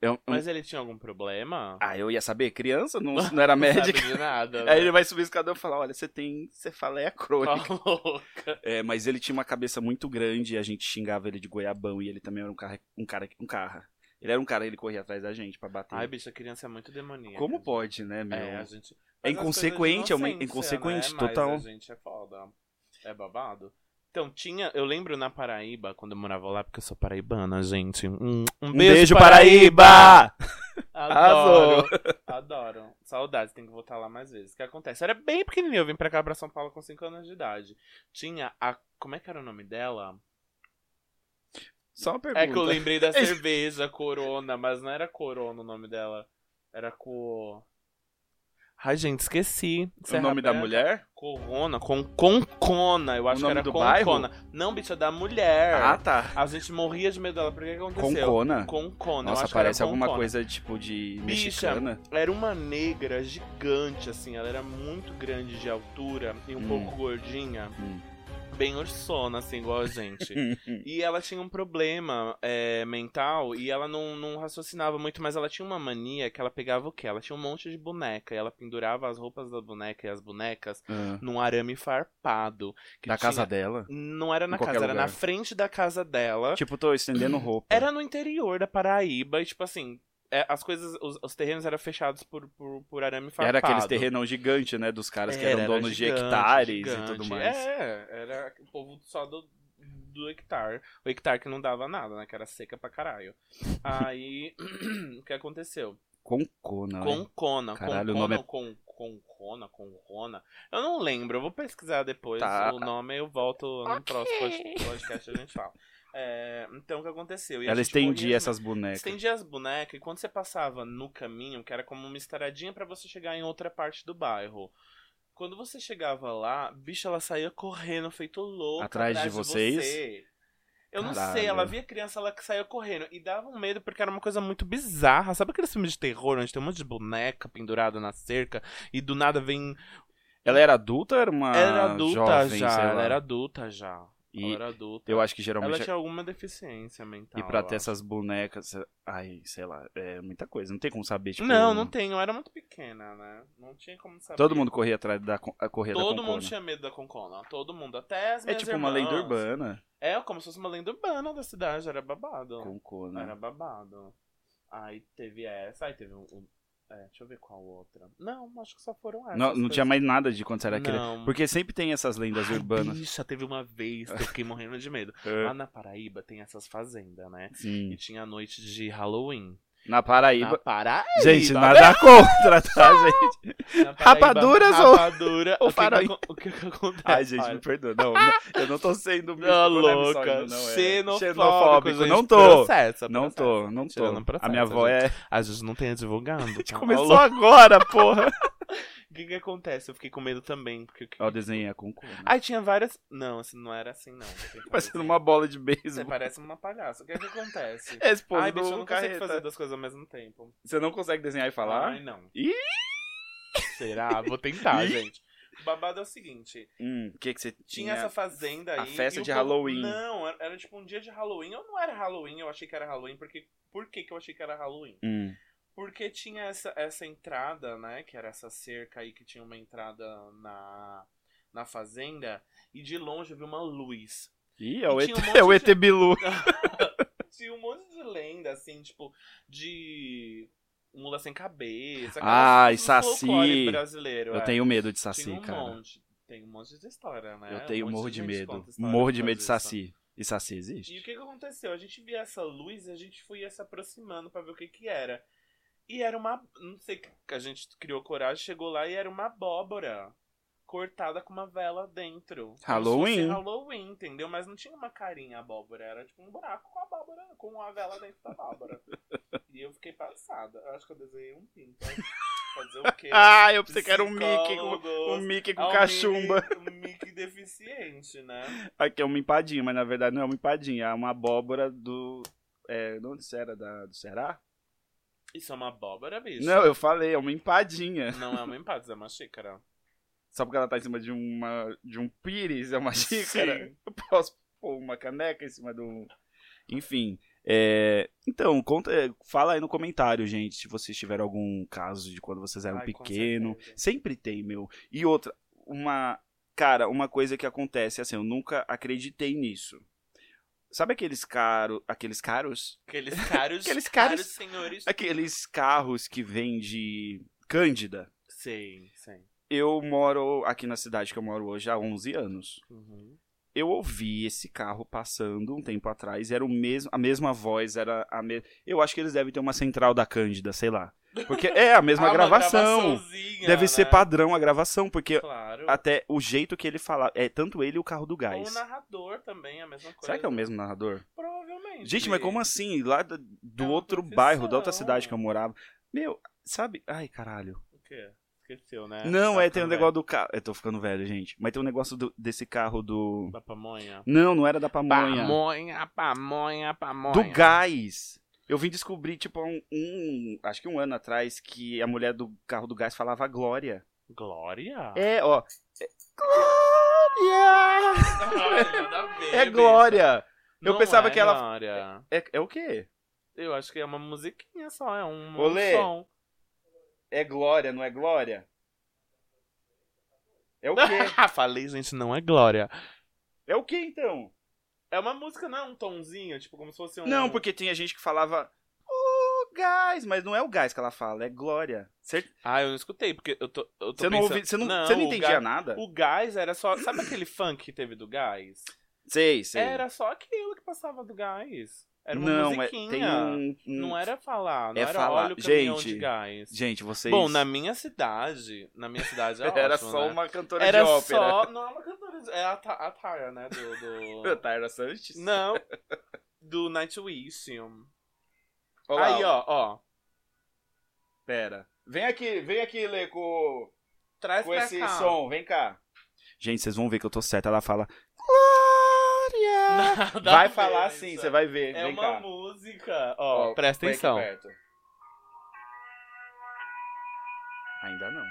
S2: É um- um-
S1: Mas ele tinha algum problema?
S2: Ah, eu ia saber, criança não, não era
S1: Não sabe
S2: médica.
S1: de nada. né?
S2: Aí ele vai subir o escadão e falar: olha, você tem cefaleia crônica.
S1: falou.
S2: É, mas ele tinha uma cabeça muito grande e a gente xingava ele de goiabão e ele também era um cara. Um cara, um cara. Ele era um cara, ele corria atrás da gente pra bater.
S1: Ai, bicho, a criança é muito demoníaca.
S2: Como pode, né, meu?
S1: É, a
S2: É
S1: gente... Mas as coisas de
S2: inconsequente, é uma
S1: inocência,
S2: inconsequente,
S1: né? Mas
S2: total.
S1: a gente é foda. É babado. Então, tinha... Eu lembro na Paraíba, quando eu morava lá, porque eu sou paraibana, gente. Um, um beijo,
S2: Paraíba!
S1: Adoro. Adoro. Saudades, tem que voltar lá mais vezes. O que acontece? Era bem pequenininha, eu vim pra cá, pra São Paulo, com 5 anos de idade. Tinha a... Como é que era o nome dela?
S2: Só uma pergunta.
S1: É que eu lembrei da
S2: Esse-
S1: cerveja Corona, mas não era Corona o nome dela. Era com. Ai, gente, esqueci.
S2: o
S1: Serra
S2: nome da
S1: Branca.
S2: mulher?
S1: Corona, com Concona. Eu acho
S2: nome
S1: que era
S2: do
S1: Concona. Não, bicho, é da mulher.
S2: Ah, tá.
S1: A gente morria de medo dela. Por que que aconteceu?
S2: Concona?
S1: Concona. eu
S2: Nossa,
S1: acho que era
S2: parece alguma
S1: Concona.
S2: coisa tipo de
S1: Bicha.
S2: mexicana.
S1: Era uma negra gigante, assim. Ela era muito grande de altura e um
S2: Hum.
S1: pouco gordinha.
S2: Hum.
S1: Bem ursona, assim, igual a gente. E ela tinha um problema é, mental e ela não, não raciocinava muito, mas ela tinha uma mania que ela pegava o quê? Ela tinha um monte de boneca e ela pendurava as roupas da boneca e as bonecas
S2: Ah,
S1: num arame farpado. que
S2: da
S1: tinha-
S2: casa dela?
S1: Não era na
S2: Em qualquer
S1: casa, era
S2: lugar.
S1: na frente da casa dela.
S2: Tipo, tô estendendo roupa.
S1: Era no interior da Paraíba e, tipo assim, é, as coisas, os, os terrenos eram fechados por, por, por arame farpado.
S2: Era aqueles terrenão gigante, né? Dos caras que eram
S1: Era, era
S2: donos
S1: gigante,
S2: de hectares e
S1: gigante.
S2: tudo mais.
S1: É, era o povo só do, do hectare. O hectare que não dava nada, né? Que era seca pra caralho. Aí, o que aconteceu?
S2: Concona, né?
S1: Concona,
S2: Caralho, o
S1: Concona
S2: nome é-
S1: ou con, Concona, Concona. Eu não lembro, eu vou pesquisar depois
S2: Tá.
S1: o nome eu volto no
S2: Ok.
S1: próximo pod- podcast a gente fala. É, então, o que aconteceu? E a
S2: Ela
S1: gente
S2: estendia
S1: corria
S2: essas bonecas.
S1: Estendia as bonecas e quando você passava no caminho, que era como uma estradinha pra você chegar em outra parte do bairro. Quando você chegava lá, bicho, ela saía correndo, feito louca.
S2: Atrás de vocês?
S1: você. Eu não sei,
S2: Caralho.
S1: ela via criança, ela que saía correndo. E dava um medo porque era uma coisa muito bizarra. Sabe aqueles filmes de terror onde tem um monte de boneca pendurada na cerca e do nada vem.
S2: Ela era adulta ou era uma
S1: era adulta
S2: Ah, jovem,
S1: já,
S2: sei lá?
S1: ela era adulta já. Ela
S2: E
S1: era adulta.
S2: eu acho que
S1: ela
S2: geralmente... é,
S1: tinha alguma deficiência mental.
S2: E pra
S1: eu
S2: ter
S1: acho.
S2: essas bonecas... é, Ai, sei lá, é muita coisa. Não tem como saber, tipo...
S1: Não, não tem. Eu era muito pequena, né? Não tinha como saber.
S2: Todo mundo corria atrás da con- a corrida
S1: Todo
S2: da
S1: mundo
S2: concona.
S1: tinha medo da Concona. Todo mundo. Até as
S2: É
S1: minhas
S2: tipo uma lenda
S1: irmãs.
S2: urbana.
S1: É, como se fosse uma lenda urbana da cidade. Era babado. Era
S2: Concona.
S1: babado. Aí teve essa, aí teve um. um- é, deixa eu ver qual outra. Não, acho que só foram essas.
S2: Não, não tinha mais nada de quando você era criança.
S1: Não.
S2: Porque sempre tem essas lendas
S1: Ai,
S2: urbanas. Ah,
S1: Bicha, teve uma vez que eu fiquei morrendo de medo. Lá na Paraíba tem essas fazendas, né? E
S2: Sim.
S1: tinha a noite de Halloween.
S2: Na
S1: Na
S2: Paraíba...
S1: Paraíba.
S2: Gente, nada contra, tá, gente?
S1: Na Paraíba,
S2: Rapaduras ou-
S1: rapadura,
S2: ou
S1: o que que
S2: farói?
S1: acon- O que, que acontece?
S2: Ai, gente,
S1: Olha.
S2: me perdoa. Não, não, eu não tô sendo
S1: Não,
S2: não é
S1: louca.
S2: misógino, não, é
S1: xenofóbico,
S2: xenofóbico.
S1: gente,
S2: Não tô.
S1: processa,
S2: Não
S1: processa.
S2: tô, não tô.
S1: tá Tirando é processo,
S2: a minha avó é.
S1: A gente não tem advogado. A gente
S2: Começou agora, porra.
S1: O que que acontece? Eu fiquei com medo também. Porque... o é que-
S2: Ó, desenhei a concuna.
S1: Ai, tinha várias... Não, assim, não era assim, não.
S2: Parecendo uma bola de
S1: Você
S2: beisebol.
S1: parece uma palhaça. O que que acontece?
S2: É a esposa
S1: Ai,
S2: do
S1: bicho, eu não consigo
S2: Carreta.
S1: fazer duas coisas ao mesmo tempo.
S2: Você não consegue desenhar e falar?
S1: Ai, não.
S2: Ih!
S1: Será? Vou tentar,
S2: Ih!
S1: gente. O babado é o seguinte.
S2: Hum, o que que você
S1: Tinha
S2: tinha?
S1: essa fazenda aí.
S2: a festa
S1: e o
S2: de
S1: povo-
S2: Halloween.
S1: Não, era, era tipo um dia de Halloween. Eu não era Halloween, eu achei que era Halloween, porque. Por que, que eu achei que era Halloween?
S2: Hum,
S1: Porque tinha essa, essa entrada, né? Que era essa cerca aí que tinha uma entrada na, na fazenda. E de longe eu vi uma luz.
S2: Ih, é o,
S1: E
S2: ET,
S1: tinha um monte
S2: é o
S1: de-
S2: ET Bilu.
S1: tinha um monte de lenda, assim, tipo, de. Mula sem cabeça.
S2: Ah,
S1: aquelas-
S2: e
S1: do
S2: saci.
S1: folclore brasileiro.
S2: Eu
S1: é.
S2: tenho medo de
S1: Tinha
S2: saci,
S1: um
S2: cara.
S1: monte. Tem um monte de história, né?
S2: Eu
S1: Um
S2: tenho
S1: monte
S2: morro de
S1: gente
S2: medo.
S1: conta história
S2: Morro
S1: por
S2: de
S1: causa
S2: medo de
S1: disso.
S2: saci. E saci
S1: E o
S2: existe?
S1: que, que aconteceu? A gente via essa luz e a gente foi se aproximando pra ver o que que era. E era uma. Não sei, a gente criou coragem, chegou lá e era uma abóbora cortada com uma vela dentro.
S2: Halloween.
S1: Como se fosse Halloween, entendeu? Mas não tinha uma carinha abóbora, era tipo um buraco com a abóbora, com a vela dentro da abóbora. e eu fiquei passada. Eu acho que eu desenhei um pinto. Fazer o quê?
S2: Ah, eu pensei que era um Mickey com,
S1: Psicólogos.
S2: um Mickey
S1: É
S2: com
S1: um
S2: cachumba.
S1: Mickey- Um Mickey deficiente, né?
S2: Aqui é uma empadinha, mas na verdade não é uma empadinha, é uma abóbora do. É, de onde isso era? Da, do Ceará?
S1: Isso é uma abóbora, bicho?
S2: Não, eu falei, é uma empadinha.
S1: Não é uma empada, é uma xícara.
S2: Só porque ela tá em cima de uma. de um pires, é uma xícara. Eu posso pôr uma caneca em cima do. um. Enfim. é, Então, conta, é, fala aí no comentário, gente, se vocês tiveram algum caso de quando vocês eram
S1: Ai, com
S2: É um pequeno.
S1: certeza.
S2: Sempre tem, meu. E outra, uma. Cara, uma coisa que acontece, assim, eu nunca acreditei nisso. Sabe aqueles caros. Aqueles caros?
S1: Aqueles caros,
S2: Aqueles caros-
S1: caros, senhores.
S2: Aqueles carros que vêm de Cândida.
S1: Sim, sim.
S2: Eu moro aqui na cidade que eu moro hoje há 11 anos.
S1: Uhum.
S2: eu ouvi esse carro passando um tempo atrás, era o mesmo, a mesma voz, era a mesma. Eu acho que eles devem ter uma central da Cândida, sei lá. Porque é a mesma
S1: Ah,
S2: gravação.
S1: gravaçãozinha,
S2: Deve
S1: né?
S2: ser padrão a gravação, porque
S1: Claro.
S2: até o jeito que ele fala, é tanto ele e o carro do
S1: Ou
S2: gás.
S1: o narrador também, a mesma coisa.
S2: Será que é o mesmo narrador?
S1: Provavelmente.
S2: Gente, mas como assim? Lá do, do
S1: É uma
S2: outro
S1: profissão.
S2: bairro, da outra cidade que eu morava. Meu, sabe? Ai, caralho.
S1: O quê? Esqueceu, né?
S2: assim? Não,
S1: Tá
S2: é, tem um
S1: ficando
S2: negócio do carro. Eu tô ficando velho, gente. Mas tem um negócio do- desse carro do.
S1: velho. Da pamonha.
S2: Não, não era da pamonha.
S1: Pamonha, pamonha, pamonha.
S2: do gás. Eu vim descobrir, tipo, há um, um- Acho que um ano atrás, que a mulher do carro do gás falava Glória.
S1: Glória?
S2: É, ó. é- Glória!
S1: Ai, nada a ver,
S2: É
S1: bicho.
S2: Glória! Eu
S1: Não
S2: pensava
S1: é
S2: que ela-
S1: Glória.
S2: É, é o quê?
S1: Eu acho que é uma musiquinha só, é um, um
S2: Olê.
S1: som.
S2: É Glória, não é Glória? É o quê?
S1: Falei, gente, não é Glória.
S2: é o quê, então?
S1: É uma música, não é um tonzinho, tipo, como se fosse um.
S2: Não, porque tinha gente que falava. O gás, mas não é o gás que ela fala, é Glória. Cer-
S1: Ah, eu não escutei, porque eu tô. Eu tô
S2: Você não,
S1: pensando-
S2: ouvi, você não, você não
S1: o
S2: entendia
S1: gás-
S2: nada?
S1: O gás era só. Sabe aquele funk que teve do gás?
S2: Sei, sei.
S1: Era só aquilo que passava do gás. Era uma
S2: não, é,
S1: musiquinha.
S2: tem um, um-
S1: Não era falar, não
S2: É
S1: era
S2: falar.
S1: olha o caminhão
S2: Gente,
S1: de gás.
S2: Gente, vocês.
S1: Bom, na minha cidade. Na minha cidade é
S2: Era
S1: ótimo,
S2: só
S1: né?
S2: uma cantora
S1: Era
S2: de ópera.
S1: só. Não é uma cantora de. É a, Ta a Tara, né? Do. do...
S2: Tyra Sanches?
S1: não. Do Nightwish.
S2: Olha lá,
S1: Aí, ó, ó.
S2: Pera. Vem aqui, vem aqui, Lê, com,
S1: Traz
S2: com
S1: pra
S2: esse
S1: cá.
S2: som. Vem cá. Gente, vocês vão ver que eu tô certa. Ela fala... Glória!
S1: Nada a
S2: vai
S1: ver,
S2: falar
S1: bicha.
S2: assim, você vai ver.
S1: É
S2: vem
S1: uma
S2: cá.
S1: música. Ó,
S2: Ó,
S1: presta
S2: vem aqui
S1: atenção.
S2: perto. Ainda não.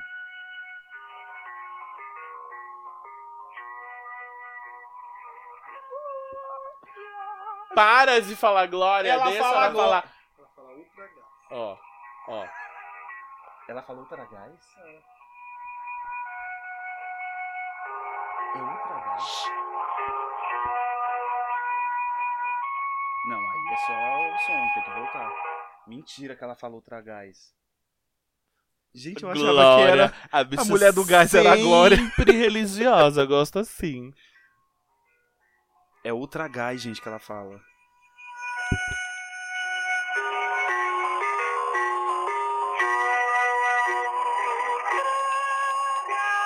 S1: Para de falar glória,
S2: Ela
S1: deixa
S2: fala
S1: ela
S2: gló-
S1: falar.
S3: Ela fala ultra gás.
S1: Ó, ó.
S2: Ela falou ultra gás? É ultra gás? Não, aí é só o som, tem que voltar. Mentira que ela falou ultra gás. Gente, eu achava que era...
S1: a, bicha
S2: mulher do gás era a Glória.
S1: Sempre religiosa, gosto assim.
S2: É ultra gás, gente, que ela fala.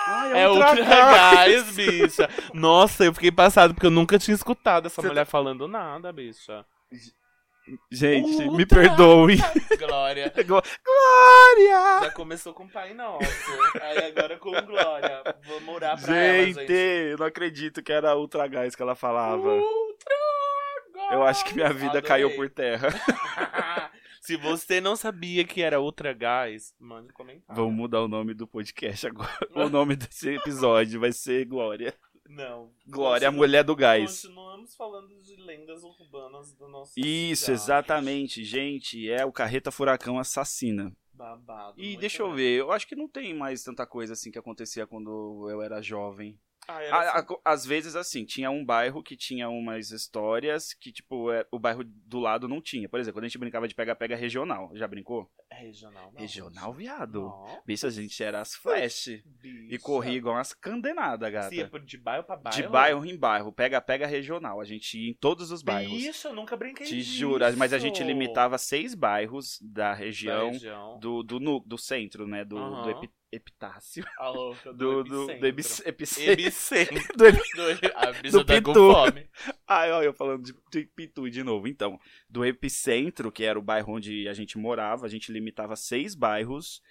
S2: Ai,
S1: É ultra gás, bicha. Nossa, eu fiquei passado porque eu nunca tinha escutado essa
S2: Você tá-
S1: mulher falando nada, bicha.
S2: Gente, me
S1: Ultra-
S2: perdoe.
S1: Glória.
S2: Glória!
S1: Já começou com o Pai Nosso. Aí agora com Glória. Vamos orar pra
S2: Gente,
S1: ela, gente.
S2: eu não acredito que era ultra gás que ela falava.
S1: Ultra gás.
S2: Eu acho que minha vida
S1: Adorei.
S2: caiu por terra.
S1: Se você não sabia que era Ultra Gás, mande um comentário.
S2: Vamos mudar o nome do podcast agora. O nome desse episódio vai ser Glória.
S1: Não.
S2: Glória, a
S1: Continua-
S2: mulher do gás.
S1: Continuamos falando de lendas urbanas do nosso
S2: Isso, exatamente, gente. É o Carreta Furacão Assassina.
S1: Babado.
S2: E
S1: muito
S2: deixa eu
S1: bem.
S2: ver, eu acho que não tem mais tanta coisa assim que acontecia quando eu era jovem.
S1: Ah, era
S2: A- a- co- Às vezes, assim, tinha um bairro que tinha umas histórias que, tipo, é- o bairro do lado não tinha. Por exemplo, quando a gente brincava de pega-pega regional, já brincou?
S1: assim, Regional, não.
S2: Regional, viado.
S1: Não.
S2: Bicho, a gente era as flash. E
S1: Bicha.
S2: corria igual umas candenadas, gata.
S1: Se ia por de bairro pra bairro. é.
S2: De bairro em bairro, pega, pega regional. A gente ia em todos os bairros.
S1: Bicho, eu nunca brinquei
S2: Te
S1: disso.
S2: juro, mas a gente limitava seis bairros da
S1: Da
S2: região,
S1: região.
S2: do, do, nu- do centro, né? Do,
S1: Aham.
S2: do epi- epitácio.
S1: A louca
S2: Do,
S1: do,
S2: do, do
S1: epicentro.
S2: epic- epicentro.
S1: Epicentro.
S2: Do epi-
S1: Do- A brisa
S2: Do
S1: tá com
S2: Pitu.
S1: fome.
S2: Ai, ó, eu falando de Pitu- Pitu de novo. Então, do epicentro, que era o bairro onde a gente morava, a gente limitava seis bairros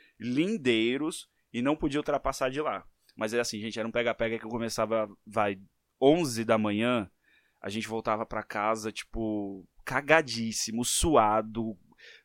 S2: lindeiros e não podia ultrapassar de lá. Mas era assim, gente, era um pega-pega que eu começava, vai, 11 da manhã, a gente voltava pra casa, tipo, cagadíssimo, suado,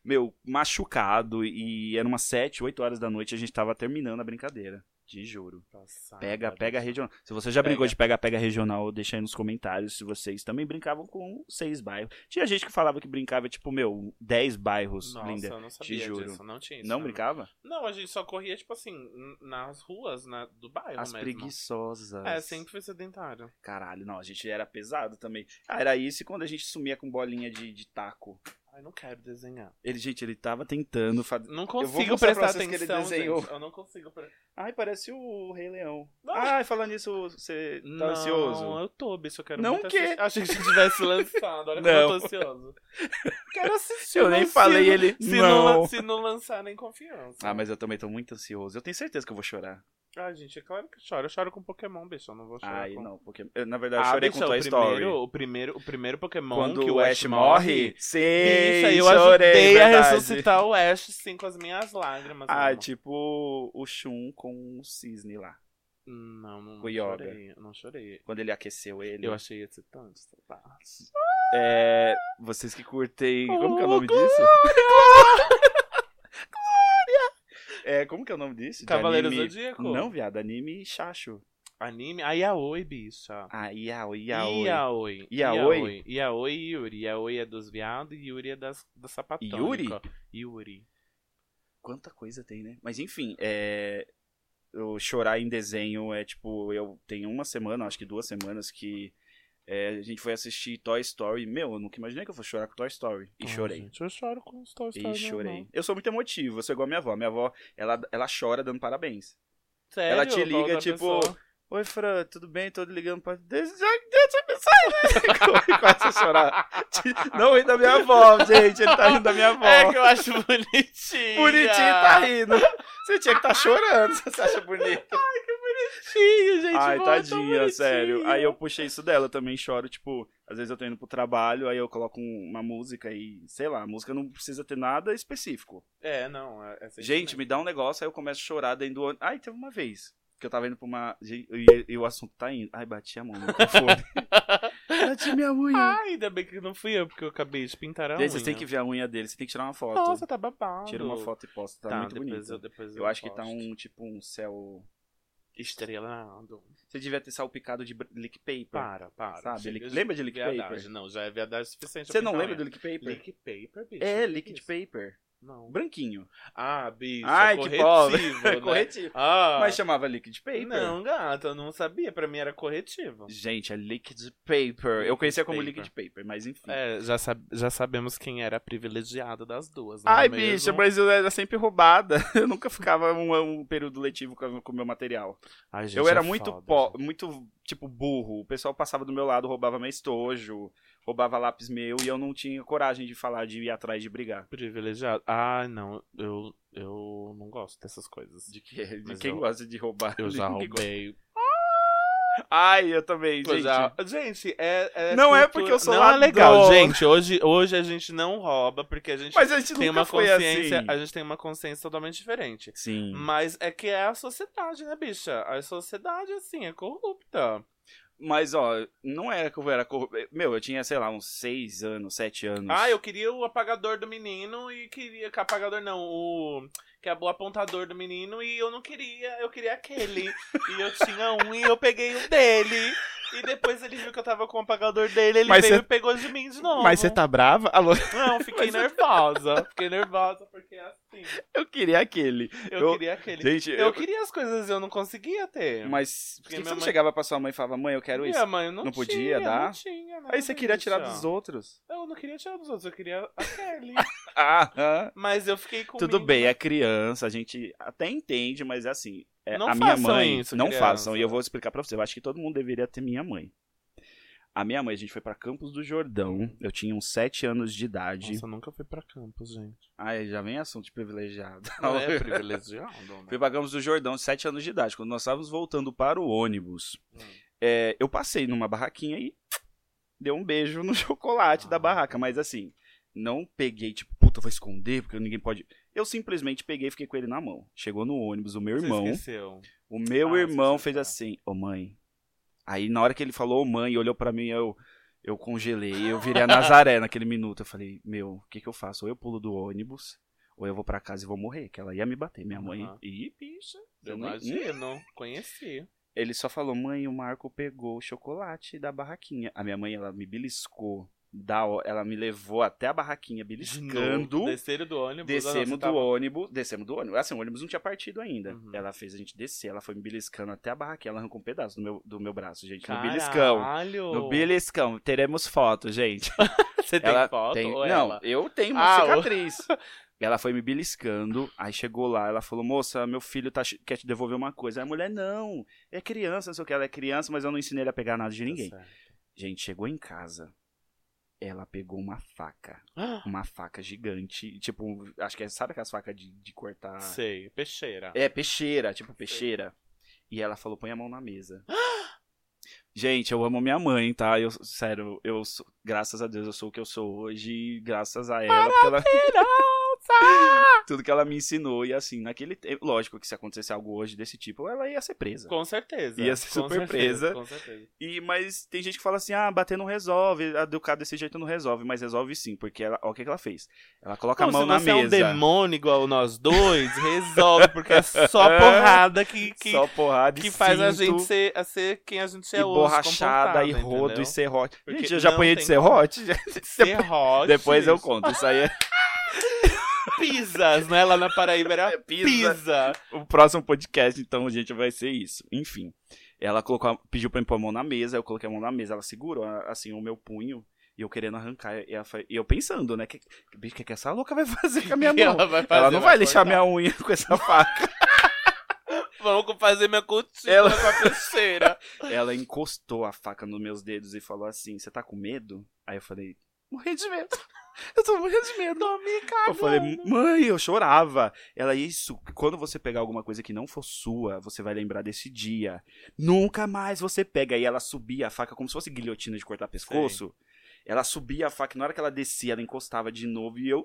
S2: meu, machucado. E era umas 7, 8 horas da noite, a gente tava terminando a brincadeira. Te juro.
S1: Passada.
S2: Pega, pega regional. Se você já
S1: Ah, Pega.
S2: brincou de pega, pega regional, deixa aí nos comentários se vocês também brincavam com seis bairros. Tinha gente que falava que brincava, tipo, meu, dez bairros,
S1: Nossa,
S2: linda.
S1: eu não sabia
S2: juro.
S1: disso. Não tinha isso.
S2: Não
S1: né?
S2: brincava?
S1: Não, a gente só corria, tipo assim, n- nas ruas na, do bairro
S2: As
S1: mesmo.
S2: preguiçosas.
S1: É, sempre fui sedentário.
S2: Caralho, não, a gente era pesado também. Ah, era isso e quando a gente sumia com bolinha de, de taco.
S1: Ai, não quero desenhar.
S2: Ele, gente, ele tava tentando fazer.
S1: Não
S2: vou
S1: consigo
S2: mostrar pra
S1: prestar
S2: vocês que ele
S1: atenção,
S2: desenhou.
S1: gente. Eu não consigo prestar
S2: Ai, parece o Rei Leão.
S1: Não.
S2: Ai, falando nisso, você tá ansioso?
S1: Não, eu tô, bicho. Eu quero
S2: Não
S1: muito
S2: quê?
S1: assistir. Achei que você tivesse lançado. Olha como eu tô
S2: Não.
S1: ansioso. Quero assistir.
S2: Eu nem
S1: mas se
S2: falei
S1: não-
S2: ele.
S1: Se
S2: não.
S1: não. lan- se não lançar, nem confiança.
S2: Ah, mas eu também tô muito ansioso. Eu tenho certeza que eu vou chorar.
S1: Ah, gente, é claro que chora. Eu choro com Pokémon, bicho. Eu não vou chorar
S2: Ai,
S1: com... Ah,
S2: não, porque. eu, na verdade, eu chorei
S1: bicho, é
S2: com Toy
S1: o
S2: Story.
S1: primeiro, o primeiro, o primeiro Pokémon
S2: Quando
S1: que
S2: o Ash morre. Sim,
S1: Bicha, eu
S2: chorei,
S1: ajudei a
S2: verdade.
S1: ressuscitar o Ash, sim, com as minhas lágrimas.
S2: Ah,
S1: amor.
S2: tipo o Shun com o cisne lá.
S1: Não, não,
S2: O
S1: não
S2: Yoga.
S1: chorei. Não chorei.
S2: Quando ele aqueceu ele.
S1: Eu achei excitante essa parte.
S2: É, vocês que curtem. Como que é o nome
S1: Oh,
S2: disso? É, como que é o nome disso? De
S1: Cavaleiros
S2: anime...
S1: Zodíaco?
S2: Não, viado, anime chacho.
S1: Anime? A Yaoi, bicha.
S2: Ah, Yaoi, Yaoi.
S1: Yaoi.
S2: Yaoi?
S1: Yaoi. Yaoi e Yuri. Yaoi é dos viados e Yuri é das, da sapatônica.
S2: Yuri?
S1: Yuri.
S2: Quanta coisa tem, né? Mas enfim, é... eu chorar em desenho é tipo, eu tenho uma semana, acho que duas semanas que é, a gente foi assistir Toy Story. Meu, eu nunca imaginei que eu fosse chorar com Toy Story. E
S1: Ah,
S2: chorei.
S1: gente, eu choro com os Toy Story.
S2: E chorei. Eu sou muito emotivo, eu sou igual a minha avó. Minha avó, ela, ela chora dando parabéns.
S1: Sério?
S2: Ela te
S1: eu gosto
S2: liga,
S1: da
S2: tipo,
S1: pessoa.
S2: Oi, Fran, tudo bem? Tô ligando pra. Deus Deus te abençoe. E Começa né? a chorar. Não ri da minha avó, gente. Ele tá rindo da minha avó.
S1: É que eu acho bonitinha.
S2: Bonitinho tá rindo. Você tinha que tá chorando, se você acha bonito.
S1: Bonitinho, gente.
S2: Ai,
S1: mó
S2: tadinha,
S1: bonitinho.
S2: sério. Aí eu puxei isso dela, eu também choro, tipo, às vezes eu tô indo pro trabalho, aí eu coloco um- uma música e, sei lá, a música não precisa ter nada específico.
S1: É, não. É, é
S2: Gente,
S1: sentimento.
S2: me dá um negócio, aí eu começo a chorar dentro do ônibus. Ai, teve uma vez que eu tava indo pra uma. gente, E, e o assunto tá indo. Ai, bati a mão no microfone. bati minha unha.
S1: Ai, Ah, ainda bem que não fui eu, porque eu acabei de pintar a
S2: Gente,
S1: unha.
S2: vocês têm que ver a unha dele, você tem que tirar uma foto.
S1: Nossa, tá babado.
S2: Tira uma foto e posta, tá,
S1: Tá,
S2: muito
S1: depois
S2: bonito.
S1: Eu,
S2: Eu,
S1: depois
S2: acho que tá
S1: posto.
S2: um, tipo, um céu.
S1: Estrelado.
S2: Você devia ter salpicado de br- leak paper.
S1: Para, para.
S2: É. Sabe,
S1: Chega
S2: lick- lembra de lick
S1: viadagem.
S2: paper?
S1: Não, já é viadagem suficiente.
S2: Você não lembra do leak paper?
S1: Lick paper, bicho?
S2: É,
S1: Que
S2: liquid
S1: isso?
S2: paper.
S1: Não.
S2: Branquinho.
S1: Ah, bicho.
S2: Ai,
S1: Ai,
S2: que
S1: corretivo,
S2: pobre.
S1: né?
S2: Corretivo.
S1: Ah,
S2: Mas chamava liquid paper.
S1: não, gata, eu não sabia. Pra mim era corretivo.
S2: Gente, é liquid paper. Eu conhecia como
S1: Paper.
S2: liquid paper, mas enfim.
S1: É, já, sab- já sabemos quem era a privilegiada das duas. não é
S2: Ai,
S1: mesmo?
S2: bicha, mas eu era sempre roubada. Eu nunca ficava um, um período letivo com com o meu material.
S1: Ai, gente,
S2: eu era
S1: é
S2: muito
S1: foda,
S2: po-
S1: gente.
S2: muito, tipo, burro. O pessoal passava do meu lado, roubava meu estojo, roubava lápis meu, e eu não tinha coragem de falar, de ir atrás, de brigar.
S1: Privilegiado. Ah, não, eu, eu não gosto dessas coisas.
S2: De, que, de
S1: Mas
S2: quem
S1: eu-
S2: gosta de roubar.
S1: Eu já
S2: Ninguém gosta.
S1: roubei.
S2: Ai, eu também,
S1: Eu
S2: gente.
S1: já- Gente, é,
S2: Não é porque eu sou
S1: não
S2: ladrão.
S1: é legal, gente. Hoje, hoje a gente não rouba porque a gente
S2: Mas a gente
S1: tem
S2: nunca
S1: uma
S2: foi
S1: consciência,
S2: assim. Hum.
S1: a gente tem uma consciência totalmente diferente.
S2: Sim.
S1: Mas é que é a sociedade, né, bicha? A sociedade assim é corrupta.
S2: Mas, ó, não era que eu era corrupto. Meu, eu tinha, sei lá, uns seis anos, sete anos.
S1: Ah, eu queria o apagador do menino e queria que apagador não, o que é o apontador do menino e eu não queria, eu queria aquele. e eu tinha um e eu peguei o dele. E depois ele viu que eu tava com o apagador dele, ele
S2: Mas
S1: veio
S2: cê-
S1: e pegou de mim de novo.
S2: Mas você tá brava? Alô?
S1: Não, fiquei
S2: Mas-
S1: nervosa. Fiquei nervosa porque é assim. Sim.
S2: Eu queria aquele.
S1: Eu,
S2: Eu-
S1: queria aquele.
S2: Gente,
S1: eu,
S2: eu.
S1: queria as coisas e eu não conseguia ter.
S2: Mas por
S1: Porque
S2: que você
S1: minha
S2: não
S1: mãe-
S2: chegava pra sua mãe e falava, mãe, eu quero isso?
S1: Minha mãe não,
S2: Não
S1: tinha,
S2: podia
S1: Não
S2: dar?
S1: tinha, nada
S2: Aí você queria
S1: disso.
S2: tirar dos outros.
S1: Eu não queria tirar dos outros, eu queria a Kelly.
S2: Ah,
S1: Mas eu fiquei com
S2: tudo
S1: medo,
S2: bem,
S1: né?
S2: é criança, a gente até entende, mas é assim. é,
S1: Não
S2: a minha
S1: façam
S2: mãe.
S1: isso,
S2: não
S1: criança.
S2: façam, e eu vou explicar pra você. Eu acho que todo mundo deveria ter minha mãe. A minha mãe, a gente foi pra Campos do Jordão. Eu tinha uns 7 anos de idade.
S1: Nossa, eu nunca fui pra campus, gente.
S2: Ai, já vem assunto de privilegiado.
S1: Não é privilegiado, né?
S2: Fui pra Campos do Jordão, 7 anos de idade. Quando nós estávamos voltando para o ônibus,
S1: Hum.
S2: é, eu passei numa barraquinha e dei um beijo no chocolate da
S1: Ah.
S2: barraca. Mas assim, não peguei, tipo, puta, vou esconder, porque ninguém pode. Eu simplesmente peguei e fiquei com ele na mão. Chegou no ônibus, o meu
S1: Você
S2: irmão.
S1: esqueceu.
S2: O meu
S1: Ah,
S2: irmão
S1: esqueci.
S2: fez assim, ô mãe. Aí na hora que ele falou, ô mãe, e olhou pra mim, eu, eu congelei, eu virei a Nazaré naquele minuto. Eu falei, meu, o que que eu faço? Ou eu pulo do ônibus, ou eu vou pra casa e vou morrer, que ela ia me bater, minha mãe.
S1: Aham.
S2: E bicha.
S1: Eu
S2: eu nem-
S1: imagino. Conheci.
S2: Ele só falou, mãe, o Marco pegou o chocolate da barraquinha. A minha mãe, ela me beliscou, da, ho- ela me levou até a barraquinha beliscando.
S1: Desceram do ônibus.
S2: Descemos do
S1: ah, não, você
S2: ônibus, descemos do ônibus. Assim, o ônibus não tinha partido ainda.
S1: Uhum.
S2: Ela fez a gente descer, ela foi me beliscando até a barraquinha, ela arrancou um pedaço do meu, do meu braço, gente.
S1: tava-
S2: No beliscão.
S1: Caralho!
S2: No beliscão. Teremos foto, gente.
S1: Você tem
S2: Ela
S1: foto?
S2: tem-
S1: Ou
S2: Não,
S1: ela?
S2: eu tenho uma
S1: Ah, o-
S2: cicatriz. Ela foi me beliscando, aí chegou lá, ela falou, moça, meu filho tá, che- quer te devolver uma coisa. Aí a mulher, não, é criança, não sei o que, ela é criança, mas eu não ensinei ele a pegar nada de ninguém.
S1: Tá certo.
S2: Gente, chegou em casa, ela pegou uma faca
S1: Ah,
S2: uma faca gigante, tipo, acho que é, sabe aquelas facas de, de cortar?
S1: Ah, Sei, peixeira.
S2: É, peixeira, tipo, peixeira. E ela falou, põe a mão na mesa. Gente, eu amo minha mãe, tá? Eu, sério, eu sou- graças a Deus eu sou o que eu sou hoje, e graças a ela, porque ela, tudo que ela me ensinou e assim, naquele tempo, lógico que se acontecesse algo hoje desse tipo, ela ia ser presa.
S1: Com certeza.
S2: Ia ser
S1: Com
S2: super
S1: certeza,
S2: presa.
S1: Com certeza.
S2: E mas tem gente que fala assim: "Ah, bater não resolve, educar desse jeito não resolve", mas resolve sim, porque ela, ó, o que que ela fez? Ela coloca
S1: Não,
S2: a mão
S1: se
S2: na
S1: você
S2: mesa.
S1: é um demônio igual nós dois, resolve, porque é só porrada que, que,
S2: só porrada e
S1: que faz a
S2: cinto,
S1: gente ser, a ser quem a gente é
S2: e
S1: hoje.
S2: borrachada e
S1: comportada,
S2: rodo
S1: entendeu?
S2: e serrote.
S1: Porque
S2: gente, eu já
S1: não
S2: apanhei de
S1: tem
S2: serrote.
S1: Serrote.
S2: Depois eu conto. Isso aí é
S1: Pisas, né? Lá na Paraíba era
S2: pisa.
S1: pisa.
S2: O próximo podcast, então, gente, vai ser isso. Enfim. Ela colocou, a- pediu pra eu pôr a mão na mesa, eu coloquei a mão na mesa, ela segurou a- assim o meu punho e eu querendo arrancar. E, ela fa- e eu pensando, né? Que, que bicho que, que essa louca vai fazer com a minha
S1: E
S2: mão? Ela,
S1: ela vai fazer,
S2: não vai lixar
S1: cortar.
S2: minha unha com essa faca.
S1: Vamos fazer minha cutícula
S2: Ela-
S1: com a peixeira.
S2: ela encostou a faca nos meus dedos e falou assim: Você tá com medo? Aí eu falei: Morri de medo. Eu tô morrendo de medo.
S1: Tô me
S2: Eu falei, mãe, eu chorava. Ela, isso, quando você pegar alguma coisa que não for sua, você vai lembrar desse dia. Nunca mais você pega. E ela subia a faca como se fosse guilhotina de cortar pescoço. Ela subia a faca, e na hora que ela descia, ela encostava de novo e eu.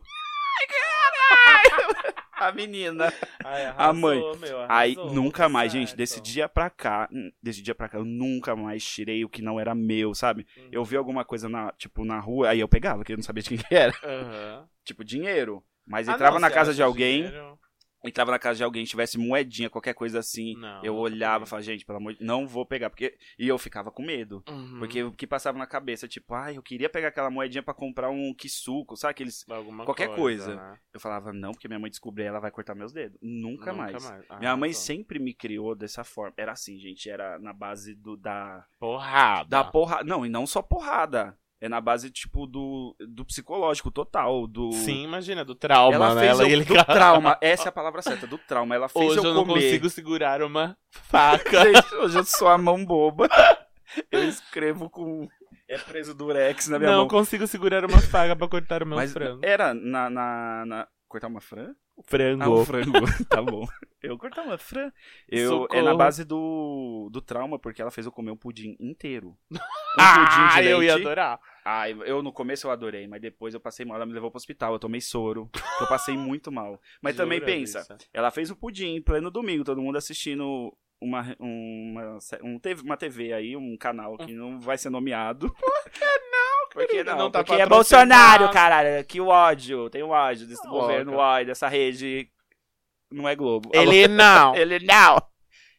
S2: Ai, caralho! A menina.
S1: Ai,
S2: A mãe.
S1: Meu,
S2: Aí
S1: arrasou,
S2: nunca mais,
S1: certo.
S2: gente, desse dia pra cá, hum, desse dia pra cá, eu nunca mais tirei o que não era meu, sabe?
S1: Uhum.
S2: Eu vi alguma coisa na, tipo, na rua, aí eu pegava, porque eu não sabia de quem que era.
S1: Aham.
S2: Tipo, dinheiro. Mas
S1: Ah,
S2: entrava
S1: não,
S2: na
S1: você
S2: casa
S1: acha
S2: de alguém,
S1: dinheiro?
S2: entrava na casa de alguém, tivesse moedinha, qualquer coisa assim,
S1: Não,
S2: eu
S1: não
S2: olhava e
S1: também.
S2: falava, gente, pelo amor de não vou pegar. Porque... E eu ficava com medo.
S1: Uhum.
S2: Porque o que passava na cabeça, tipo, ai, eu queria pegar aquela moedinha pra comprar um suco, sabe? Aqueles.
S1: Alguma
S2: qualquer coisa,
S1: né?
S2: Eu falava, não, porque minha mãe descobrir, ela vai cortar meus dedos. Nunca, mais.
S1: Ah,
S2: Minha mãe
S1: tá.
S2: sempre me criou dessa forma. Era assim, gente, era na base do da.
S1: Porrada.
S2: Da porrada. Não, e não só porrada. É na base, tipo, do, do psicológico total. Do...
S1: Sim, imagina, do trauma,
S2: ela
S1: né?
S2: fez
S1: ela
S2: eu-
S1: e ele...
S2: do trauma. Essa é a palavra certa, do trauma. Ela fez
S1: Hoje eu,
S2: eu,
S1: não
S2: comer.
S1: consigo segurar uma faca.
S2: Gente, hoje eu sou a mão boba. Eu escrevo com. É preso durex na minha
S1: não
S2: mão.
S1: consigo segurar uma faca pra cortar o meu
S2: Mas é
S1: frango.
S2: era na, na, na- Cortar uma fran? Ah, um
S1: Frango.
S2: frango. tá bom. Eu cortar uma fran. Eu, é
S1: Socorro.
S2: na base do, do trauma, porque ela fez eu comer um pudim inteiro. Um
S1: ah,
S2: pudim de
S1: eu ia
S2: leite.
S1: adorar.
S2: Ah, eu no começo eu adorei, mas depois eu passei mal. Ela me levou pro hospital, eu tomei soro. Eu passei muito mal. Mas também
S1: Jura,
S2: pensa,
S1: bicha?
S2: ela fez o pudim em pleno domingo, todo mundo assistindo uma, uma, um TV, uma TV aí, um canal que não vai ser nomeado. Por que não? Porque
S1: querida?
S2: não,
S1: Não tá
S2: porque é
S1: patrocinado.
S2: Bolsonaro, caralho. Que ódio, tem um ódio desse
S1: Não,
S2: governo,
S1: cara.
S2: ódio dessa rede. Não é Globo.
S1: Ele não.
S2: Alô? Ele não.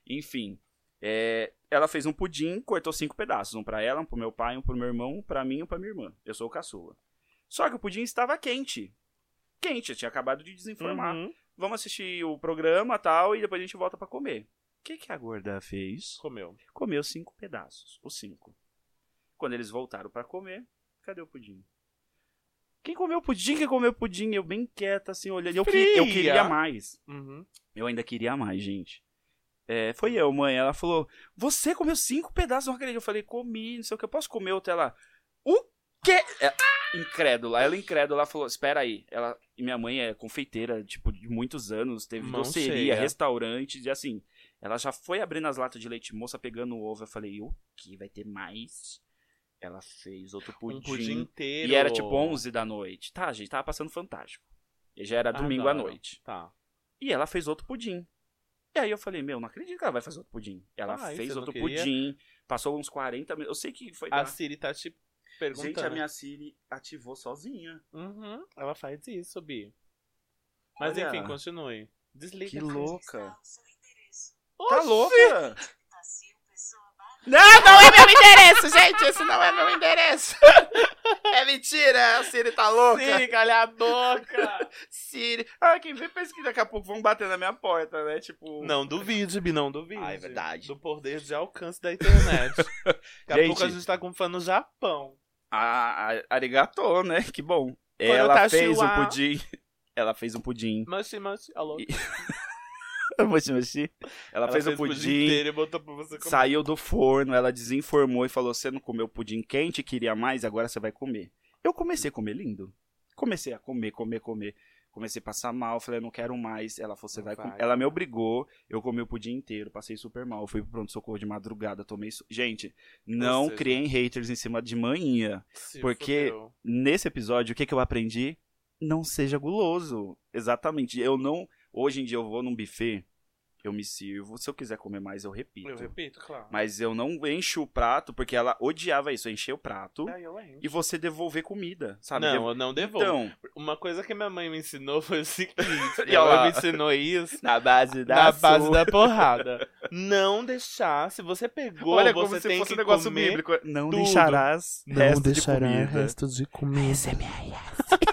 S2: Enfim, é, ela fez um pudim, cortou cinco pedaços, um pra ela, um pro meu pai, um pro meu irmão, um pra mim e um pra minha irmã. Eu sou o caçula. Só que o pudim estava quente. Quente, eu tinha acabado de desinformar.
S1: Uhum.
S2: vamos assistir o programa tal, e depois a gente volta pra comer. O que, que a gorda fez?
S1: Comeu.
S2: Comeu cinco pedaços, os cinco. Quando eles voltaram pra comer, cadê o pudim? Quem comeu pudim? Quem comeu pudim? Eu bem quieta, assim, olhando. Eu, que- eu
S1: Fria.
S2: queria mais.
S1: Uhum.
S2: Eu ainda queria mais, gente. É, foi eu, mãe. Ela falou: Você comeu cinco pedaços, não acredito. Eu falei: Comi, não sei o que, eu posso comer outra? Ela, o quê? É, incrédula. Ela, incrédula, ela falou: Espera aí. Ela, e minha mãe é confeiteira, tipo, de muitos anos, teve
S1: Mão
S2: doceria,
S1: cheia.
S2: restaurantes, e assim. Ela já foi abrindo as latas de leite moça, pegando o ovo. Eu falei: O que? Vai ter mais? Ela fez outro pudim.
S1: Um pudim inteiro.
S2: E era tipo 11 da noite. Tá, gente, tava passando fantástico. E já
S1: Ah,
S2: era domingo à
S1: Adoro.
S2: noite.
S1: Tá.
S2: E ela fez outro pudim. E aí eu falei, meu, não acredito que ela vai fazer outro pudim. Ela
S1: Ah, e você
S2: fez
S1: não
S2: outro
S1: queria?
S2: pudim, passou uns 40 minutos. Eu sei que foi.
S1: A
S2: da-
S1: Siri tá te perguntando.
S2: Siri ativou sozinha.
S1: Uhum, ela faz isso, Bi. Mas
S2: Olha.
S1: enfim, continue. Desliga.
S2: Que louca.
S1: Oxi!
S2: Tá louca?
S3: Não, não é meu endereço, gente. Esse não é meu endereço. É mentira, a Siri tá louca.
S1: Siri, calha a boca!
S3: Siri. Ah, quem vê pensa que daqui a pouco vão bater na minha porta, né? Tipo.
S1: não duvide, Bi, não duvide.
S3: Ah, é verdade.
S1: Do poder de alcance da internet. Daqui a
S2: Gente.
S1: pouco a gente tá com um fã no Japão.
S2: Ah, ah, arigatô, né? Que bom.
S1: Quando
S2: Ela
S1: tá
S2: fez um
S1: chua-
S2: pudim. Ela fez um pudim.
S1: Manchi, manchi. Alô?
S2: E- Mochi, mochi. Ela, fez um
S1: o
S2: pudim.
S1: inteiro e botou pra você comer.
S2: Saiu do forno, ela desinformou e falou: Você não comeu pudim quente, queria mais, agora você vai comer. Eu comecei a comer lindo. Comecei a comer, comer, comer. Comecei a passar mal, falei, não quero mais. Ela falou, você
S1: Não
S2: vai,
S1: vai.
S2: comer. Ela me obrigou, eu comi o pudim inteiro, passei super mal. Fui pro pronto-socorro de madrugada, tomei. su- Gente, não
S1: seja-
S2: criem haters em cima de manhã.
S1: Se
S2: porque-
S1: fudeu.
S2: Nesse episódio, o que, que eu aprendi? Não seja guloso. Exatamente. Eu não. Hoje em dia eu vou num buffet, eu me sirvo. Se eu quiser comer mais, eu repito.
S1: Eu repito, claro.
S2: Mas eu não encho o prato, porque ela odiava isso, eu encher o prato
S1: Aí eu lembro.
S2: e você devolver comida, sabe?
S1: Não,
S2: Devo-
S1: eu não devolvo.
S2: Então,
S1: Uma coisa que minha mãe me ensinou foi o seguinte:
S2: E olha
S1: ela
S2: lá.
S1: me ensinou isso
S2: na base da
S1: na base
S2: sua-
S1: da porrada. Não deixar, se você pegou,
S2: Olha
S1: você
S2: como se
S1: tem
S2: fosse um
S1: que
S2: negócio
S1: comer.
S2: bíblico. Não
S1: tudo.
S2: deixarás resto de comida.
S1: de comida.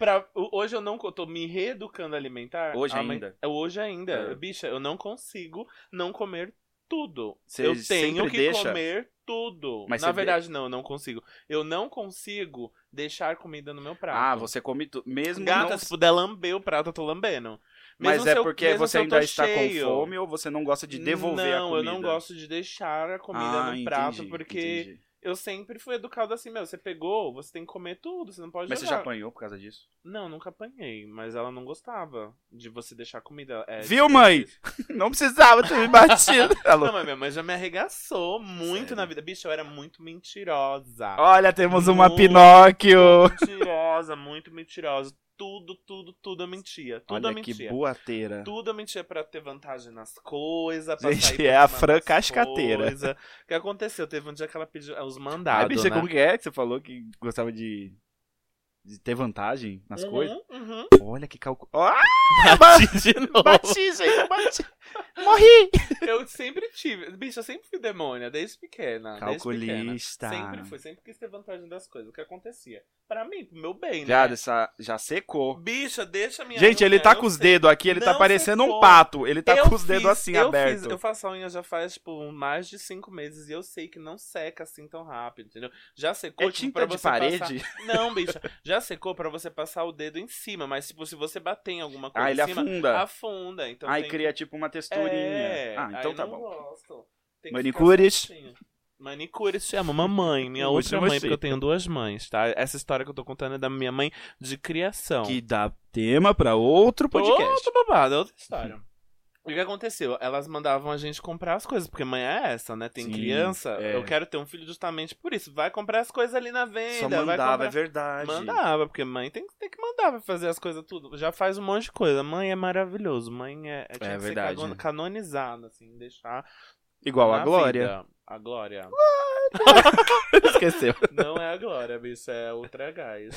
S1: Pra- o- hoje eu não co- tô me reeducando a alimentar.
S2: Hoje
S1: Ah, mas-
S2: ainda.
S1: é, Hoje ainda.
S2: É.
S1: Bicha, eu não consigo não comer tudo.
S2: Você
S1: eu tenho
S2: sempre
S1: que
S2: deixa?
S1: comer tudo.
S2: Mas
S1: Na
S2: você de-
S1: verdade, não, eu não consigo. Eu não consigo deixar comida no meu prato.
S2: Ah, você come tudo. Mesmo
S1: Gata,
S2: não...
S1: se puder lamber o prato, eu tô lambendo.
S2: Mas
S1: Mesmo
S2: é
S1: se eu-
S2: porque
S1: mesmo se
S2: você
S1: eu tô
S2: ainda está
S1: cheio.
S2: com fome ou você não gosta de devolver a
S1: Não,
S2: comida?
S1: eu não gosto de deixar a comida
S2: ah,
S1: no
S2: entendi,
S1: prato, porque
S2: entendi.
S1: eu sempre fui educado assim, meu, você pegou, você tem que comer tudo, você não pode
S2: Mas você
S1: jogar.
S2: já apanhou por causa disso?
S1: Não, nunca apanhei, mas ela não gostava de você deixar comida. é,
S2: Viu,
S1: de-
S2: mãe? Não precisava ter me batido. Alô.
S1: Não, mas minha mãe já me arregaçou muito
S2: Sério?
S1: na vida. Bicho, eu era muito mentirosa.
S2: Olha, temos uma
S1: Muito.
S2: Pinóquio.
S1: Mentirosa, muito mentirosa. Tudo, tudo, tudo eu mentia. Tudo eu
S2: Olha que
S1: mentia.
S2: boateira.
S1: Tudo eu mentia pra ter vantagem nas coisas. pra
S2: É. Gente,
S1: sair pra
S2: é a
S1: cima
S2: Fran
S1: das
S2: cascateira.
S1: coisa. O que aconteceu? Teve um dia que ela pediu é, os
S2: Aí,
S1: mandados.
S2: bicha,
S1: né?
S2: como que é que você falou que gostava de, de ter vantagem nas
S1: Uhum,
S2: coisas?
S1: uhum.
S2: Olha que cálculo. Ah,
S1: De novo.
S2: bati, gente, bati. Morri!
S1: Eu sempre tive. Bicho, eu sempre fui demônia, desde pequena. Desde
S2: Calculista.
S1: pequena. Sempre fui, sempre quis ter vantagem das coisas. O que acontecia? Pra mim, pro meu bem, né?
S2: Viado, essa já secou.
S1: Bicha, deixa a minha.
S2: gente, ele
S1: unha,
S2: tá
S1: eu
S2: com os
S1: sei.
S2: dedos aqui, ele tá
S1: Não
S2: parecendo um
S1: secou.
S2: pato. Ele tá
S1: Eu
S2: com os dedos
S1: fiz-
S2: assim,
S1: eu
S2: aberto.
S1: fiz- eu faço a unha já faz, tipo, mais de cinco meses e eu sei que não seca assim tão rápido, entendeu? Já secou,
S2: É
S1: tipo,
S2: tinta
S1: pra
S2: de
S1: você passar-
S2: parede?
S1: Não, bicha. Já secou pra você passar o dedo em cima, mas, tipo, se você bater em alguma coisa
S2: Ah, ele
S1: em cima,
S2: afunda.
S1: afunda. Então
S2: Aí
S1: tem que-
S2: cria tipo uma texturinha.
S1: É,
S2: ah, então
S1: aí
S2: tá
S1: não
S2: bom.
S1: gosto. Tem que
S2: Manicures.
S1: ficar certinho. Manicures se chama mamãe, minha
S2: Muito
S1: outra mãe,
S2: você.
S1: porque eu tenho duas mães, tá? Essa história que eu tô contando é da minha mãe de criação.
S2: Que dá tema pra outro podcast.
S1: Outro babado, outra história. E o que aconteceu? Elas mandavam a gente comprar as coisas, porque mãe é essa, né? Tem
S2: Sim,
S1: criança,
S2: é.
S1: eu quero ter um filho justamente por isso. Vai comprar as coisas ali na venda,
S2: Só
S1: vai
S2: mandava,
S1: comprar...
S2: é verdade.
S1: Mandava, porque mãe tem, que- tem que mandar pra fazer as coisas tudo. Já faz um monte de coisa. Mãe é maravilhoso. Mãe é, é, tinha que ser
S2: verdade.
S1: cagon- canonizada, assim, deixar.
S2: Igual
S1: na
S2: a Glória.
S1: vida. A Glória.
S2: Esqueceu.
S1: Não é a Glória, bicho, é Ultra Gás.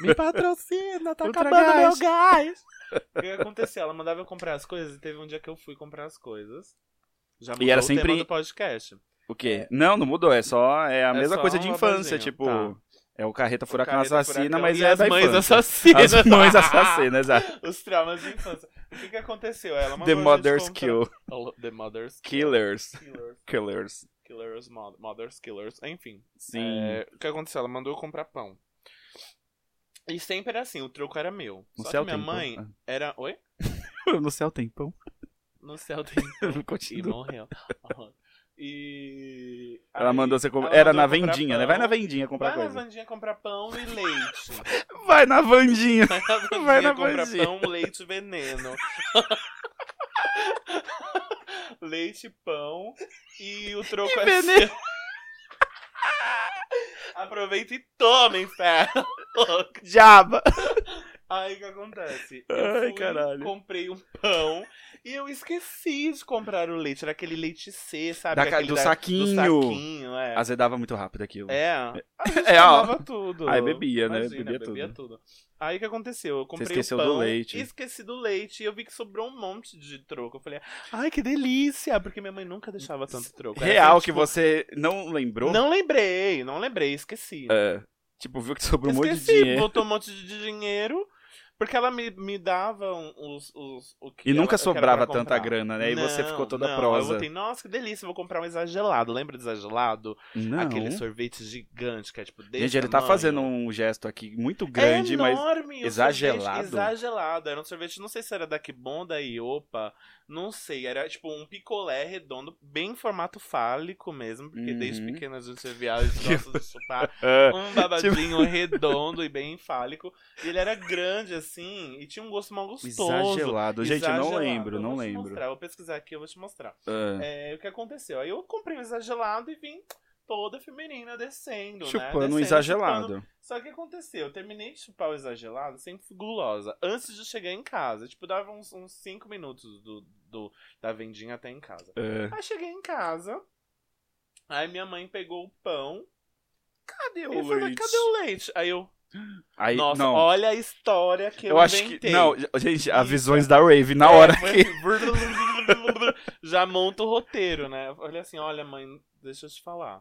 S1: Me patrocina, tá
S2: Ultra
S1: acabando
S2: Gás.
S1: meu gás. O que aconteceu? Ela mandava eu comprar as coisas e teve um dia que eu fui comprar as coisas. Já mudou
S2: era
S1: o
S2: sempre-
S1: tema do podcast.
S2: O quê? Não, não mudou. É só. É a
S1: É
S2: mesma
S1: só
S2: coisa de
S1: um
S2: infância.
S1: robozinho,
S2: Tipo.
S1: tá.
S2: É o Carreta Furacão
S1: Carreta
S2: Assassina,
S1: Furacão
S2: mas
S1: e
S2: é
S1: as
S2: da
S1: mães
S2: infância.
S1: assassinas.
S2: As mães assassinas, é. exato.
S1: Os traumas de infância. O que que aconteceu? Ela mandou
S2: The
S1: a gente
S2: Mother's
S1: comprar-
S2: Kill.
S1: Oh, The Mother's
S2: Killers.
S1: Killers.
S2: Killers.
S1: Killers, mo- Mother's Killers. Enfim.
S2: Sim.
S1: É, o que aconteceu? Ela mandou eu comprar pão. E sempre era assim, o troco era meu.
S2: No
S1: Só
S2: céu
S1: que minha
S2: tem pão. é.
S1: mãe era. Oi?
S2: No céu tem pão.
S1: No céu tem pão. e
S2: Continua.
S1: morreu. Aham. E.
S2: Ela
S1: aí,
S2: mandou você comprar.
S1: ela
S2: Era
S1: mandou
S2: na
S1: eu comprar
S2: vendinha, né?
S1: pão.
S2: Vai na vendinha comprar
S1: Vai na
S2: coisa.
S1: Vandinha comprar pão e leite.
S2: Vai na vandinha.
S1: Vai na Vandinha
S2: Vai na
S1: comprar
S2: Vandinha.
S1: pão, leite e veneno. leite, pão e o troco
S2: E
S1: é
S2: veneno.
S1: seu. Aproveita e toma, inferno.
S2: Diaba.
S1: Aí o que acontece?
S2: Ai,
S1: Eu fui,
S2: caralho.
S1: comprei um pão e eu esqueci de comprar o leite. Era aquele leite C, sabe?
S2: Da ca-
S1: Aquele
S2: do
S1: da-
S2: saquinho.
S1: Do saquinho, é.
S2: Azedava muito rápido aquilo.
S1: É. A gente
S2: É, ó.
S1: tomava tudo.
S2: Aí bebia, né?
S1: Imagina,
S2: Bebia
S1: tudo. Aí o que aconteceu? Eu comprei
S2: esqueceu
S1: o
S2: do
S1: pão,
S2: leite.
S1: e esqueci do leite e eu vi que sobrou um monte de troco. Eu falei, ai, que delícia! Porque minha mãe nunca deixava tanto troco. Era
S2: Real
S1: sempre,
S2: que
S1: tipo,
S2: você não lembrou.
S1: Não lembrei, não lembrei, esqueci.
S2: É, tipo, viu que sobrou um monte de
S1: esqueci,
S2: dinheiro.
S1: botou um monte de dinheiro. Porque ela me, me dava um- os, os, o que
S2: E
S1: ela-
S2: nunca
S1: o que era
S2: sobrava
S1: pra comprar.
S2: tanta grana, né? E você
S1: Não,
S2: ficou toda
S1: não, Eu
S2: prosa.
S1: botei, nossa, que delícia, vou comprar um exagelado. Lembra do exagelado?
S2: Não.
S1: Aquele sorvete gigante que é tipo desse
S2: Gente, ele tá
S1: tamanho.
S2: fazendo um gesto aqui muito
S1: é
S2: grande, mas.
S1: enorme, o
S2: exagelado.
S1: sorvete- exagelado. Era um sorvete, não sei se era da Kibon, da Iopa, não sei. Era tipo um picolé redondo, bem em formato fálico mesmo, porque
S2: Uhum.
S1: desde pequeno a gente viaja e gosta de chupar
S2: É.
S1: um babadinho redondo e bem fálico. E ele era grande assim, e tinha um gosto mal gostoso.
S2: Exagelado. Gente, eu não
S1: Exagelado.
S2: lembro,
S1: Eu
S2: não
S1: vou te
S2: lembro.
S1: mostrar, vou pesquisar aqui, eu vou te mostrar.
S2: É.
S1: É, o que aconteceu? Aí eu comprei um exagelado e vim toda feminina
S2: Chupando
S1: descendo, né?
S2: um
S1: Descendo, chupando
S2: exagelado.
S1: só que aconteceu, eu terminei de chupar o exagelado sempre fui gulosa. Antes de chegar em casa. Tipo, dava uns 5 minutos do, do- da vendinha até em casa.
S2: É.
S1: Aí cheguei em casa. Aí minha mãe pegou o pão
S2: Cadê
S1: e falou: cadê o leite? Aí eu,
S2: Aí,
S1: nossa,
S2: não.
S1: olha a história que eu,
S2: eu acho
S1: inventei.
S2: que. Não, gente, as
S1: Isso.
S2: visões da Rave na hora
S1: É, foi
S2: que.
S1: assim, Já monta o roteiro, né? Eu falei assim: olha, mãe, deixa eu te falar.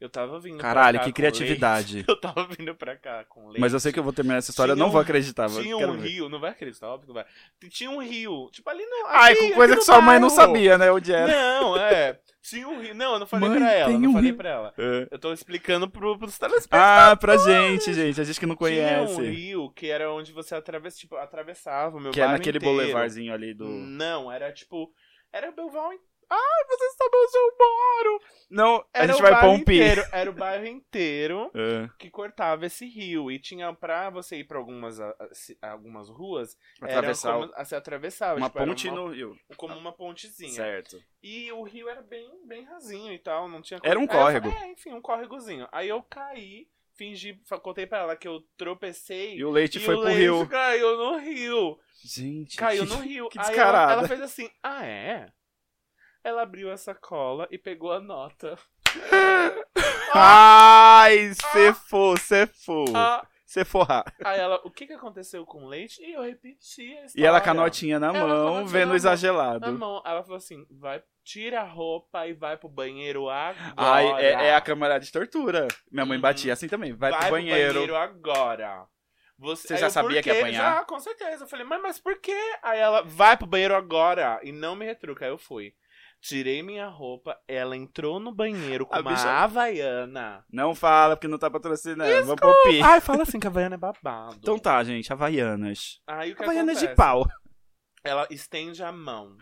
S1: Eu tava vindo pra
S2: Caralho,
S1: cá
S2: que
S1: com leite.
S2: criatividade.
S1: Eu tava vindo pra cá com leite.
S2: Mas eu sei que eu vou terminar essa história, eu
S1: Tinha
S2: não vou
S1: um-
S2: acreditar. mas
S1: Tinha
S2: quero
S1: um
S2: ver.
S1: rio, não vai acreditar, óbvio que não vai. T- Tinha um rio, tipo ali não.
S2: Ai,
S1: aqui-
S2: com
S1: aqui
S2: coisa
S1: no
S2: que sua mãe não
S1: bairro.
S2: sabia, né? Onde era.
S1: Não, é. Tinha um rio. Não, eu não falei
S2: Mãe,
S1: pra ela,
S2: tem
S1: não
S2: um
S1: falei
S2: rio.
S1: pra ela.
S2: É.
S1: Eu tô explicando pro, pros telespectadores.
S2: Ah, pra gente, gente. A gente que não
S1: tá Tinha um
S2: Ah, conhece.
S1: rio que era onde você atravessa, tipo, atravessava o meu
S2: Que é
S1: bairro
S2: naquele
S1: inteiro.
S2: boulevardzinho ali do.
S1: Não, era tipo. Era o Belval. in- Ai, você sabe onde eu moro!
S2: Não, a
S1: Era
S2: gente
S1: o
S2: vai um
S1: bairro
S2: pompir.
S1: inteiro, Era o bairro inteiro.
S2: É.
S1: Que cortava esse rio. E tinha pra você ir pra algumas, ah, ci- algumas ruas, era
S2: Atravessar
S1: como- ah, você atravessava.
S2: uma
S1: tipo, era
S2: ponte no rio.
S1: Como uma pontezinha.
S2: Certo.
S1: E o rio era bem, bem rasinho e tal, não tinha...
S2: Era um
S1: Aí eu falei,
S2: córrego.
S1: é, enfim, um córregozinho. Aí eu caí, fingi, fa- contei pra ela que eu tropecei...
S2: E o leite
S1: e
S2: foi
S1: o
S2: pro
S1: leite
S2: rio.
S1: caiu no rio.
S2: Gente.
S1: Caiu no rio.
S2: que
S1: Aí ela,
S2: descarada.
S1: ela fez assim, ah, é? Ela abriu a sacola e pegou a nota.
S2: Ai, cê for, cê for.
S1: Ah,
S2: Cê forrar.
S1: aí ela, o que que aconteceu com o leite? E eu repeti a história.
S2: E ela com a notinha na
S1: Ela com a
S2: mão,
S1: notinha
S2: vendo
S1: na
S2: o
S1: mão.
S2: exagelado.
S1: Na mão. Ela falou assim, vai, tira a roupa e vai pro banheiro agora.
S2: Ai, é, é a camarada de tortura. Minha mãe
S1: Uhum.
S2: batia assim também. Vai,
S1: vai
S2: pro banheiro.
S1: agora. Você,
S2: Você
S1: Aí
S2: já
S1: eu,
S2: sabia
S1: "Por
S2: que ia
S1: quê?"
S2: apanhar?
S1: Já, com certeza. Eu falei, mas, mas por quê? Aí ela, vai pro banheiro agora. E não me retruca. Aí eu fui. Tirei minha roupa, ela entrou no banheiro com
S2: A
S1: uma
S2: bicha-
S1: havaiana.
S2: Não fala, porque não tá patrocinando. Vamos pro pi.
S1: Ai, fala assim que a havaiana é babado.
S2: Então tá, gente, Havaianas.
S1: Aí o que
S2: Havaianas de
S1: acontece?
S2: pau.
S1: Ela estende a mão.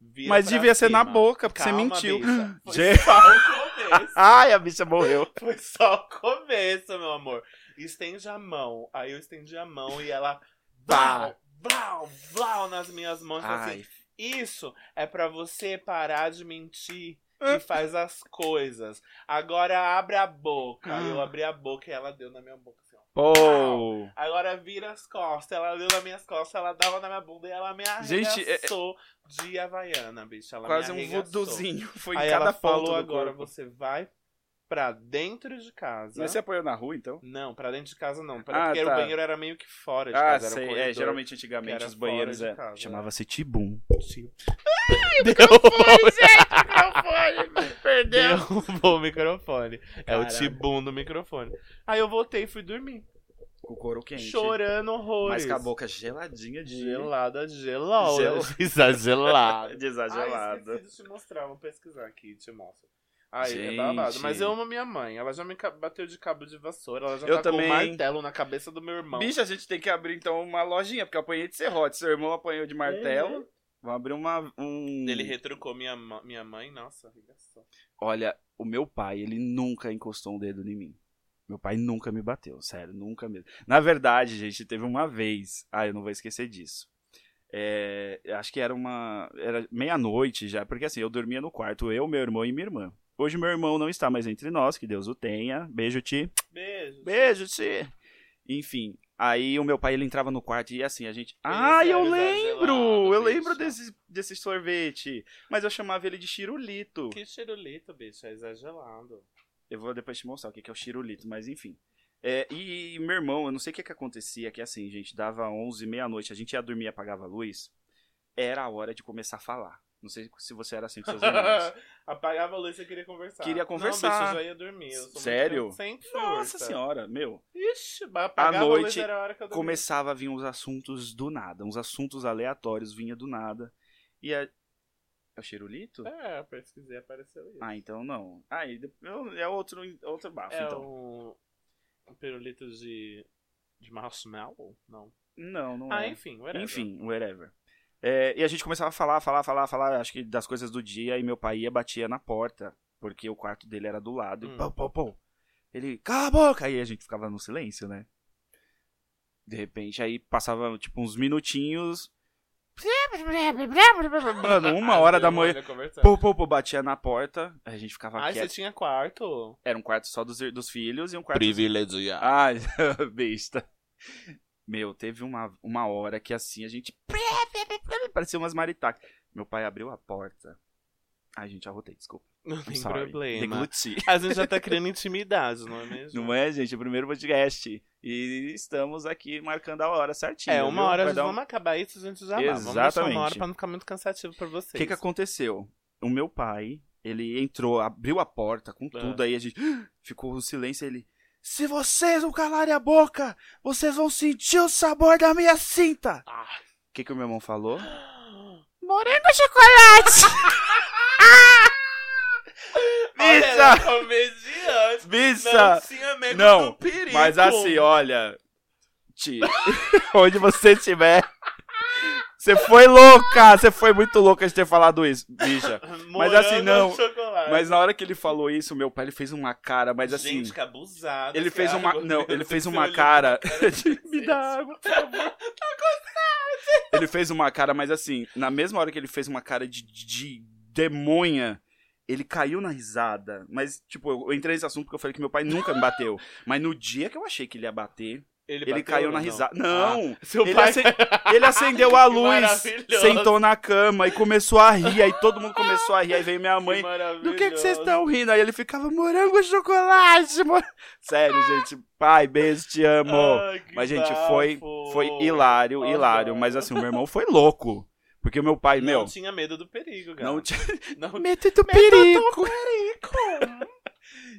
S1: vira
S2: Mas
S1: pra
S2: devia ser na
S1: cima.
S2: boca, porque
S1: Calma,
S2: você mentiu.
S1: bicha. Foi
S2: Gente.
S1: só o começo.
S2: Ai, a bicha morreu.
S1: Foi só o começo, meu amor. Estende a mão. Aí eu estendi a mão e ela. Blau, blau, blau nas minhas mãos. falou Assim,
S2: Ai.
S1: Isso é pra você parar de mentir
S2: Ah.
S1: e faz as coisas. Agora abre a boca.
S2: Ah.
S1: Aí eu abri a boca e ela deu na minha boca. Assim, ó.
S2: Pô.
S1: Agora vira as costas. Ela deu nas minhas costas, ela dava na minha bunda e ela me
S2: Gente, é-
S1: arregaçou de Havaiana, bicho. Ela me
S2: Quase um
S1: arregaçou.
S2: vuduzinho. Foi em
S1: Aí
S2: cada
S1: ela
S2: ponto
S1: falou
S2: do
S1: agora,
S2: corpo.
S1: você vai pra dentro de casa.
S2: Mas você apoiou na rua, então?
S1: Não, pra dentro de casa não. Pra...
S2: Ah,
S1: porque
S2: tá.
S1: o banheiro era meio que fora de
S2: Ah,
S1: casa. era um
S2: sei. É,
S1: corredor.
S2: geralmente
S1: que
S2: antigamente
S1: era
S2: os banheiros
S1: fora
S2: é,
S1: de casa, né?
S2: chamava-se Tibum.
S1: gente.
S3: Foi,
S2: um
S3: gente, microfone. Perdeu.
S1: Derrubou o um microfone. É o
S2: Caralho.
S1: tibum do microfone. Aí eu voltei e fui dormir.
S2: Com o couro quente.
S1: Chorando horrores.
S2: Mas com a boca geladinha de...
S1: Gelada, gelada.
S2: Gel-
S1: Exagerada.
S2: Desagelada.
S1: Ah, esqueci de te mostrar, vou pesquisar aqui e te mostro. Aí, é
S2: Gente.
S1: babado. Mas eu amo minha mãe. Ela já me ca- bateu de cabo de vassoura, ela já
S2: Eu
S1: tacou
S2: também.
S1: um martelo na cabeça do meu irmão.
S2: Bicho, a gente tem que abrir então uma lojinha, porque eu apanhei de serrote. Seu irmão apanhou de martelo. Vamos abrir uma. Um...
S1: É. Ele retrucou minha, ma- minha mãe, nossa, arregaçou.
S2: Olha, o meu pai, ele nunca encostou um dedo em mim. Meu pai nunca me bateu, sério, nunca mesmo. Na verdade, gente, teve uma vez. Ah, eu não vou esquecer disso. É, eu acho que era uma. Era meia-noite já, porque assim, eu dormia no quarto, eu, meu irmão e minha irmã. Hoje meu irmão não está mais entre nós, que Deus o tenha. Beijo, Ti.
S1: Beijo.
S2: Beijo, Ti. Enfim, aí o meu pai ele entrava no quarto e assim a gente.
S1: era
S2: Ah, eu
S1: exagerado,
S2: lembro! Eu
S1: bicho.
S2: lembro desse, desse sorvete. Mas eu chamava ele de chirulito.
S1: Que cheirulito, bicho, é exagerado.
S2: Eu vou depois te mostrar o que que é o chirulito, mas enfim. É, e, e meu irmão, eu não sei o que que acontecia, que assim, gente, dava 11, meia-noite, a gente ia dormir e apagava a luz. Era a hora de começar a falar. Não sei se você era assim com seus irmãos.
S1: Apagava a luz e queria conversar.
S2: Queria
S1: Não,
S2: conversar.
S1: bicho, eu já ia dormir. Eu sou muito-
S2: Sério?
S1: Sempre fui
S2: Nossa
S1: ursa.
S2: senhora, meu.
S1: Ixi, apagava
S2: À
S1: a luz
S2: noite,
S1: era a hora que eu dormia.
S2: começava a vir uns assuntos do nada, uns assuntos aleatórios vinha do nada. E a... é o Chirulito?
S1: É, pesquisei, apareceu isso.
S2: Ah, então não. Ah, e de- eu- é outro, outro bafo,
S1: é
S2: então.
S1: um... um pirulito de... de marshmallow? Não.
S2: Não, não
S1: Ah,
S2: é.
S1: enfim, whatever.
S2: Enfim, whatever. É, e a gente começava a falar, falar, falar, falar, acho que das coisas do dia, e meu pai ia batia na porta, porque o quarto dele era do lado,
S1: Hum.
S2: e pau, pau, pau. Ele, cala a boca! Aí a gente ficava no silêncio, né? De repente, aí passava, tipo, uns minutinhos. Mano, uma
S1: As
S2: hora da manhã.
S1: demônias conversando.
S2: Pô, pô, pô, batia na porta, a gente ficava
S1: Ai, você
S2: quieto.
S1: tinha quarto?
S2: Era um quarto só dos, dos filhos e um quarto...
S1: Privilegiado.
S2: Ah, besta. Meu, teve uma, uma hora que assim a gente... Parecia umas maritacas. Meu pai abriu a porta. Ai, gente, arrotei, desculpa.
S1: Não
S2: I'm
S1: tem
S2: sorry.
S1: problema.
S2: Degluti.
S1: A gente já tá criando intimidade, não é mesmo?
S2: Não é, gente? O primeiro podcast. E estamos aqui marcando a hora certinho.
S1: É, uma
S2: viu?
S1: hora
S2: Vai
S1: já
S2: dar um-
S1: vamos acabar isso, a gente já vai. Vamos deixar uma hora
S2: Exatamente.
S1: pra não ficar muito cansativo pra vocês.
S2: O que, é que aconteceu? O meu pai, ele entrou, abriu a porta com
S1: Ah.
S2: tudo, aí a gente ficou um silêncio, ele. Se vocês não calarem a boca, vocês vão sentir o sabor da minha cinta! O
S1: Ah.
S2: que, que o meu irmão falou?
S3: Morango chocolate.
S1: Olha,
S2: Missa!
S1: era comediante. Não
S2: Missa!
S1: tinha medo
S2: Não,
S1: do perigo.
S2: Mas assim, olha. Ti, onde você estiver. Você foi louca! Você foi muito louca de ter falado isso, bicha. mas assim, não. Mas na hora que ele falou isso, meu pai ele fez uma cara, mas assim.
S1: Gente, que abusado.
S2: Ele
S1: que
S2: fez uma.
S1: água.
S2: Não,
S1: Meu
S2: ele
S1: Deus,
S2: fez
S1: você
S2: uma
S1: olhou-
S2: cara.
S1: de
S2: Me dá
S1: vocês.
S2: água, por favor. Ele fez uma cara, mas assim, na mesma hora que ele fez uma cara de, de demônia, ele caiu na risada. Mas, tipo, eu, eu entrei nesse assunto porque eu falei que meu pai nunca me bateu. Mas no dia que eu achei que ele ia bater, ele,
S1: bateu
S2: caiu
S1: ou
S2: na
S1: não?
S2: risada.
S1: Ah,
S2: Não!
S1: seu
S2: ele, assim,
S1: pai
S2: ace- ele acendeu a
S1: Que
S2: luz,
S1: maravilhoso.
S2: sentou na cama e começou a rir. Aí todo mundo começou a rir. Aí veio minha mãe. Do que, que vocês estão rindo? Aí ele ficava morango chocolate. mor- Sério, gente. Pai, beijo, te
S1: Ah,
S2: amo. mas, gente, foi, foi hilário,
S1: Nossa.
S2: hilário. Mas assim, o meu irmão foi louco. Porque o meu pai,
S1: Não
S2: meu,
S1: tinha medo do perigo, cara.
S2: não tinha.
S1: Não
S2: Metido perico.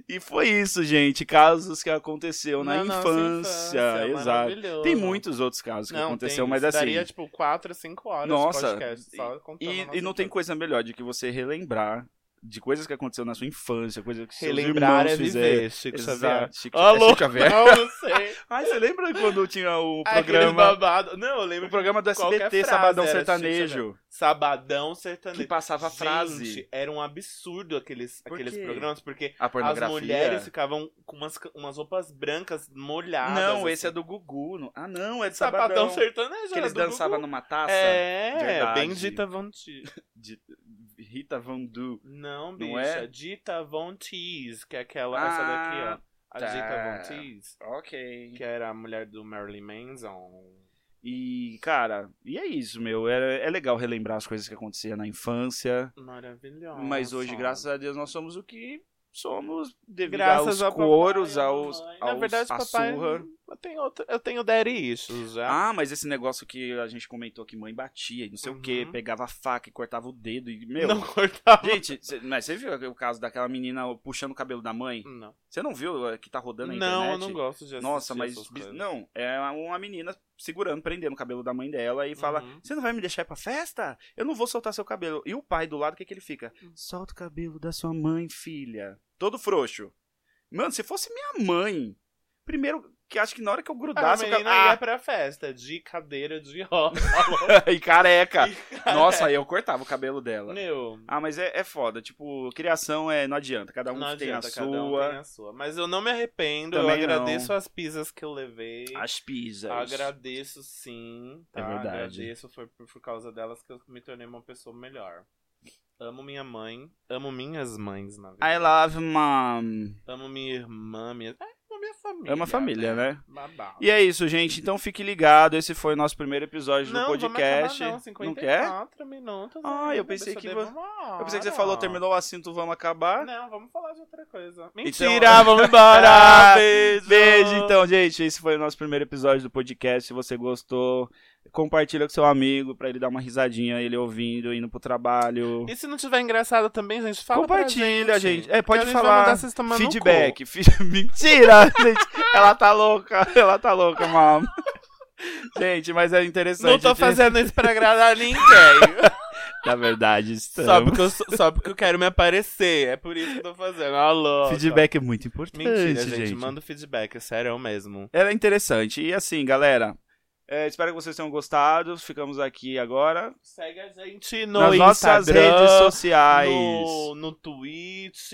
S2: E foi isso, gente. Casos que aconteceu na,
S1: nossa
S2: infância. Exato.
S1: maravilhoso.
S2: Tem muitos outros casos que
S1: Não,
S2: aconteceu,
S1: tem,
S2: mas
S1: isso
S2: assim.
S1: Daria, tipo, 4 a 5 horas
S2: Nossa,
S1: de podcast. Só contando a
S2: E,
S1: nossa
S2: e não tem
S1: infância.
S2: coisa melhor do que você relembrar de coisas que aconteceu na sua infância, coisas que seus
S1: Relembrar
S2: irmãos
S1: é
S2: fizeram.
S1: viver, Chico Xavier.
S2: Exato. Chico,
S1: Alô?
S2: É Chico Xavier.
S1: Não, não sei.
S2: Ai, você lembra quando tinha o
S1: Aqueles
S2: programa,
S1: babado. Não, eu lembro.
S2: o programa do
S1: qualquer
S2: SBT,
S1: frase
S2: Sabadão
S1: era Chico
S2: Sertanejo,
S1: Sabadão
S2: que
S1: sertanejo.
S2: passava
S1: Gente,
S2: frase,
S1: Era um absurdo aqueles,
S2: Por
S1: aqueles
S2: quê?
S1: programas, porque
S2: a
S1: as
S2: pornografia.
S1: mulheres ficavam com umas, umas roupas brancas molhadas.
S2: Não, esse é
S1: assim.
S2: do Gugu. não- Ah, não, é de Sabadão.
S1: Sabadão sertanejo.
S2: que eles
S1: era do
S2: dançavam
S1: Gugu.
S2: numa taça.
S1: É,
S2: verdade.
S1: Bendita Von Teese.
S2: De Rita Van Du.
S1: Não, bicha.
S2: Não é?
S1: Dita Von Teese, que é aquela, essa
S2: Ah,
S1: daqui, ó. A
S2: tá.
S1: Dita Von Teese,
S2: Ok.
S1: que era a mulher do Marilyn Manson.
S2: E, cara, e é isso, meu. É, é legal relembrar as coisas que aconteciam na infância.
S1: Maravilhosa.
S2: Mas hoje, graças a Deus, nós somos o que somos devido
S1: Graças
S2: aos
S1: ao papai e
S2: coros,
S1: à
S2: aos,
S1: mamãe.
S2: aos
S1: Na verdade,
S2: à
S1: papai,
S2: surra.
S1: Eu tenho, outro- eu tenho daddy issues já.
S2: Ah, mas esse negócio que a gente comentou que mãe batia e não sei o que,
S1: Uhum.
S2: pegava a faca e cortava o dedo e, meu...
S1: Não cortava.
S2: Gente, cê- mas você viu o caso daquela menina puxando o cabelo da mãe?
S1: Não.
S2: Você não viu eh, que tá rodando na
S1: Não, eu
S2: internet?
S1: não gosto de assistir
S2: Nossa, mas.
S1: essas
S2: bis-
S1: coisas.
S2: Não, é uma menina segurando, prendendo o cabelo da mãe dela e fala:
S1: Uhum.
S2: Você não vai me deixar ir pra festa? Eu não vou soltar seu cabelo. E o pai do lado, o que, que ele fica? Solta o cabelo da sua mãe, filha. Todo frouxo. Mano, se fosse minha mãe, primeiro que acho que na hora que eu
S1: A
S2: grudasse o
S1: menina
S2: cabelo.
S1: ia pra festa de cadeira de roda.
S2: Ah, e careca. Nossa, aí eu cortava o cabelo dela.
S1: Meu,
S2: Ah, mas é, é foda. Tipo, criação é. Não adianta. Cada um
S1: não
S2: tem
S1: adianta,
S2: a
S1: cada um
S2: sua.
S1: tem a sua. Mas eu não me arrependo, eu
S2: Também
S1: agradeço
S2: não.
S1: as pisas que eu levei.
S2: As pisas.
S1: Agradeço sim. Tá?
S2: É verdade.
S1: Agradeço, foi por, por causa delas que eu me tornei uma pessoa melhor. Amo minha mãe, amo minhas mães, na verdade.
S2: I love mom.
S1: Amo minha irmã, minha... é, amo minha família.
S2: É uma família, né?
S1: Babá.
S2: E é isso, gente. Então fique ligado. Esse foi o nosso primeiro episódio do
S1: não,
S2: podcast.
S1: Vamos acabar, não,
S2: não quer?
S1: 54 minutos. né?
S2: Ah,
S1: ainda,
S2: eu pensei
S1: deixa
S2: que
S1: devo
S2: vo-
S1: uma
S2: Eu pensei que você
S1: hora.
S2: falou, terminou o assunto, vamos acabar.
S1: Não, vamos falar de outra coisa.
S2: Então-
S1: Mentira, vamos embora! Beijo!
S2: Beijo, então, gente. Esse foi o nosso primeiro episódio do podcast. Se você gostou, compartilha com seu amigo pra ele dar uma risadinha, ele ouvindo, indo pro trabalho.
S1: E se não tiver engraçado também, gente, fala pra
S2: Compartilha, gente. É,
S1: Porque
S2: pode
S1: a gente vai
S2: falar.
S1: mandar vocês tomar no cu.
S2: Feedback. Fe- Mentira, gente. Ela tá louca. Ela tá louca, mama. Gente, mas é interessante.
S1: Não tô
S2: gente.
S1: fazendo isso pra agradar ninguém.
S2: Na verdade,
S1: só,
S2: estamos.
S1: porque eu, sou- só porque eu quero me aparecer. É por isso que eu tô fazendo. Alô.
S2: Feedback é muito
S1: Tá.
S2: importante,
S1: Mentira, gente.
S2: gente.
S1: Manda o feedback. É sério, eu mesmo.
S2: Era interessante. E assim, galera, é, espero que vocês tenham gostado. Ficamos aqui agora.
S1: Segue a gente no
S2: nas nossas
S1: Instagram,
S2: redes sociais.
S1: No, no Twitch,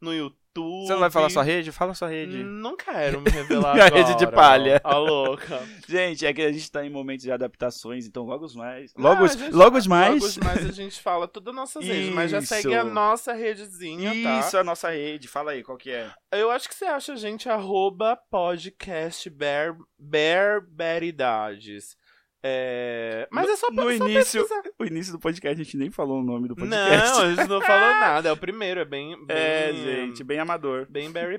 S1: no YouTube. Hum.
S2: Você não vai falar sua rede? Fala sua rede.
S1: Não quero me revelar
S2: Minha
S1: agora.
S2: rede de palha.
S1: A louca.
S2: Gente, é que a gente tá em momentos de adaptações, então logo mais.
S1: Não,
S2: Logo,
S1: Ah, a gente-
S2: logo mais.
S1: Logo mais a gente fala todas as nossas redes, mas já
S2: Isso.
S1: segue a nossa redezinha, tá?
S2: Isso, é a nossa rede. Fala aí, qual que é?
S1: Eu acho que você acha a gente arroba podcast ber- berberidades. É... Mas é só
S2: No
S1: só
S2: início-
S1: pesquisar.
S2: O início do podcast, a gente nem falou o nome do podcast.
S1: Não, a gente não falou nada. É o primeiro, é bem. bem
S2: É, gente, bem amador.
S1: Bem Barry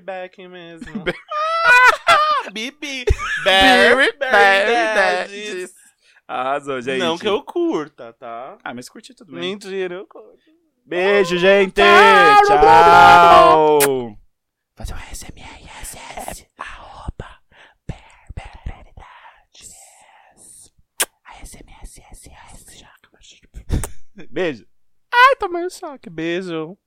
S1: Beckham mesmo. Bibi! Barry Berberidades.
S2: Arrasou, gente.
S1: Não que eu curta, tá?
S2: Ah, mas curti tudo bem.
S1: Mentira, eu curto.
S2: Beijo, gente.
S1: Tchau,
S2: Tchau. Fazer um SMR. Arroba. Berberidades. ASMSSS. Beijo.
S1: Ai, tomei um choque. Beijo.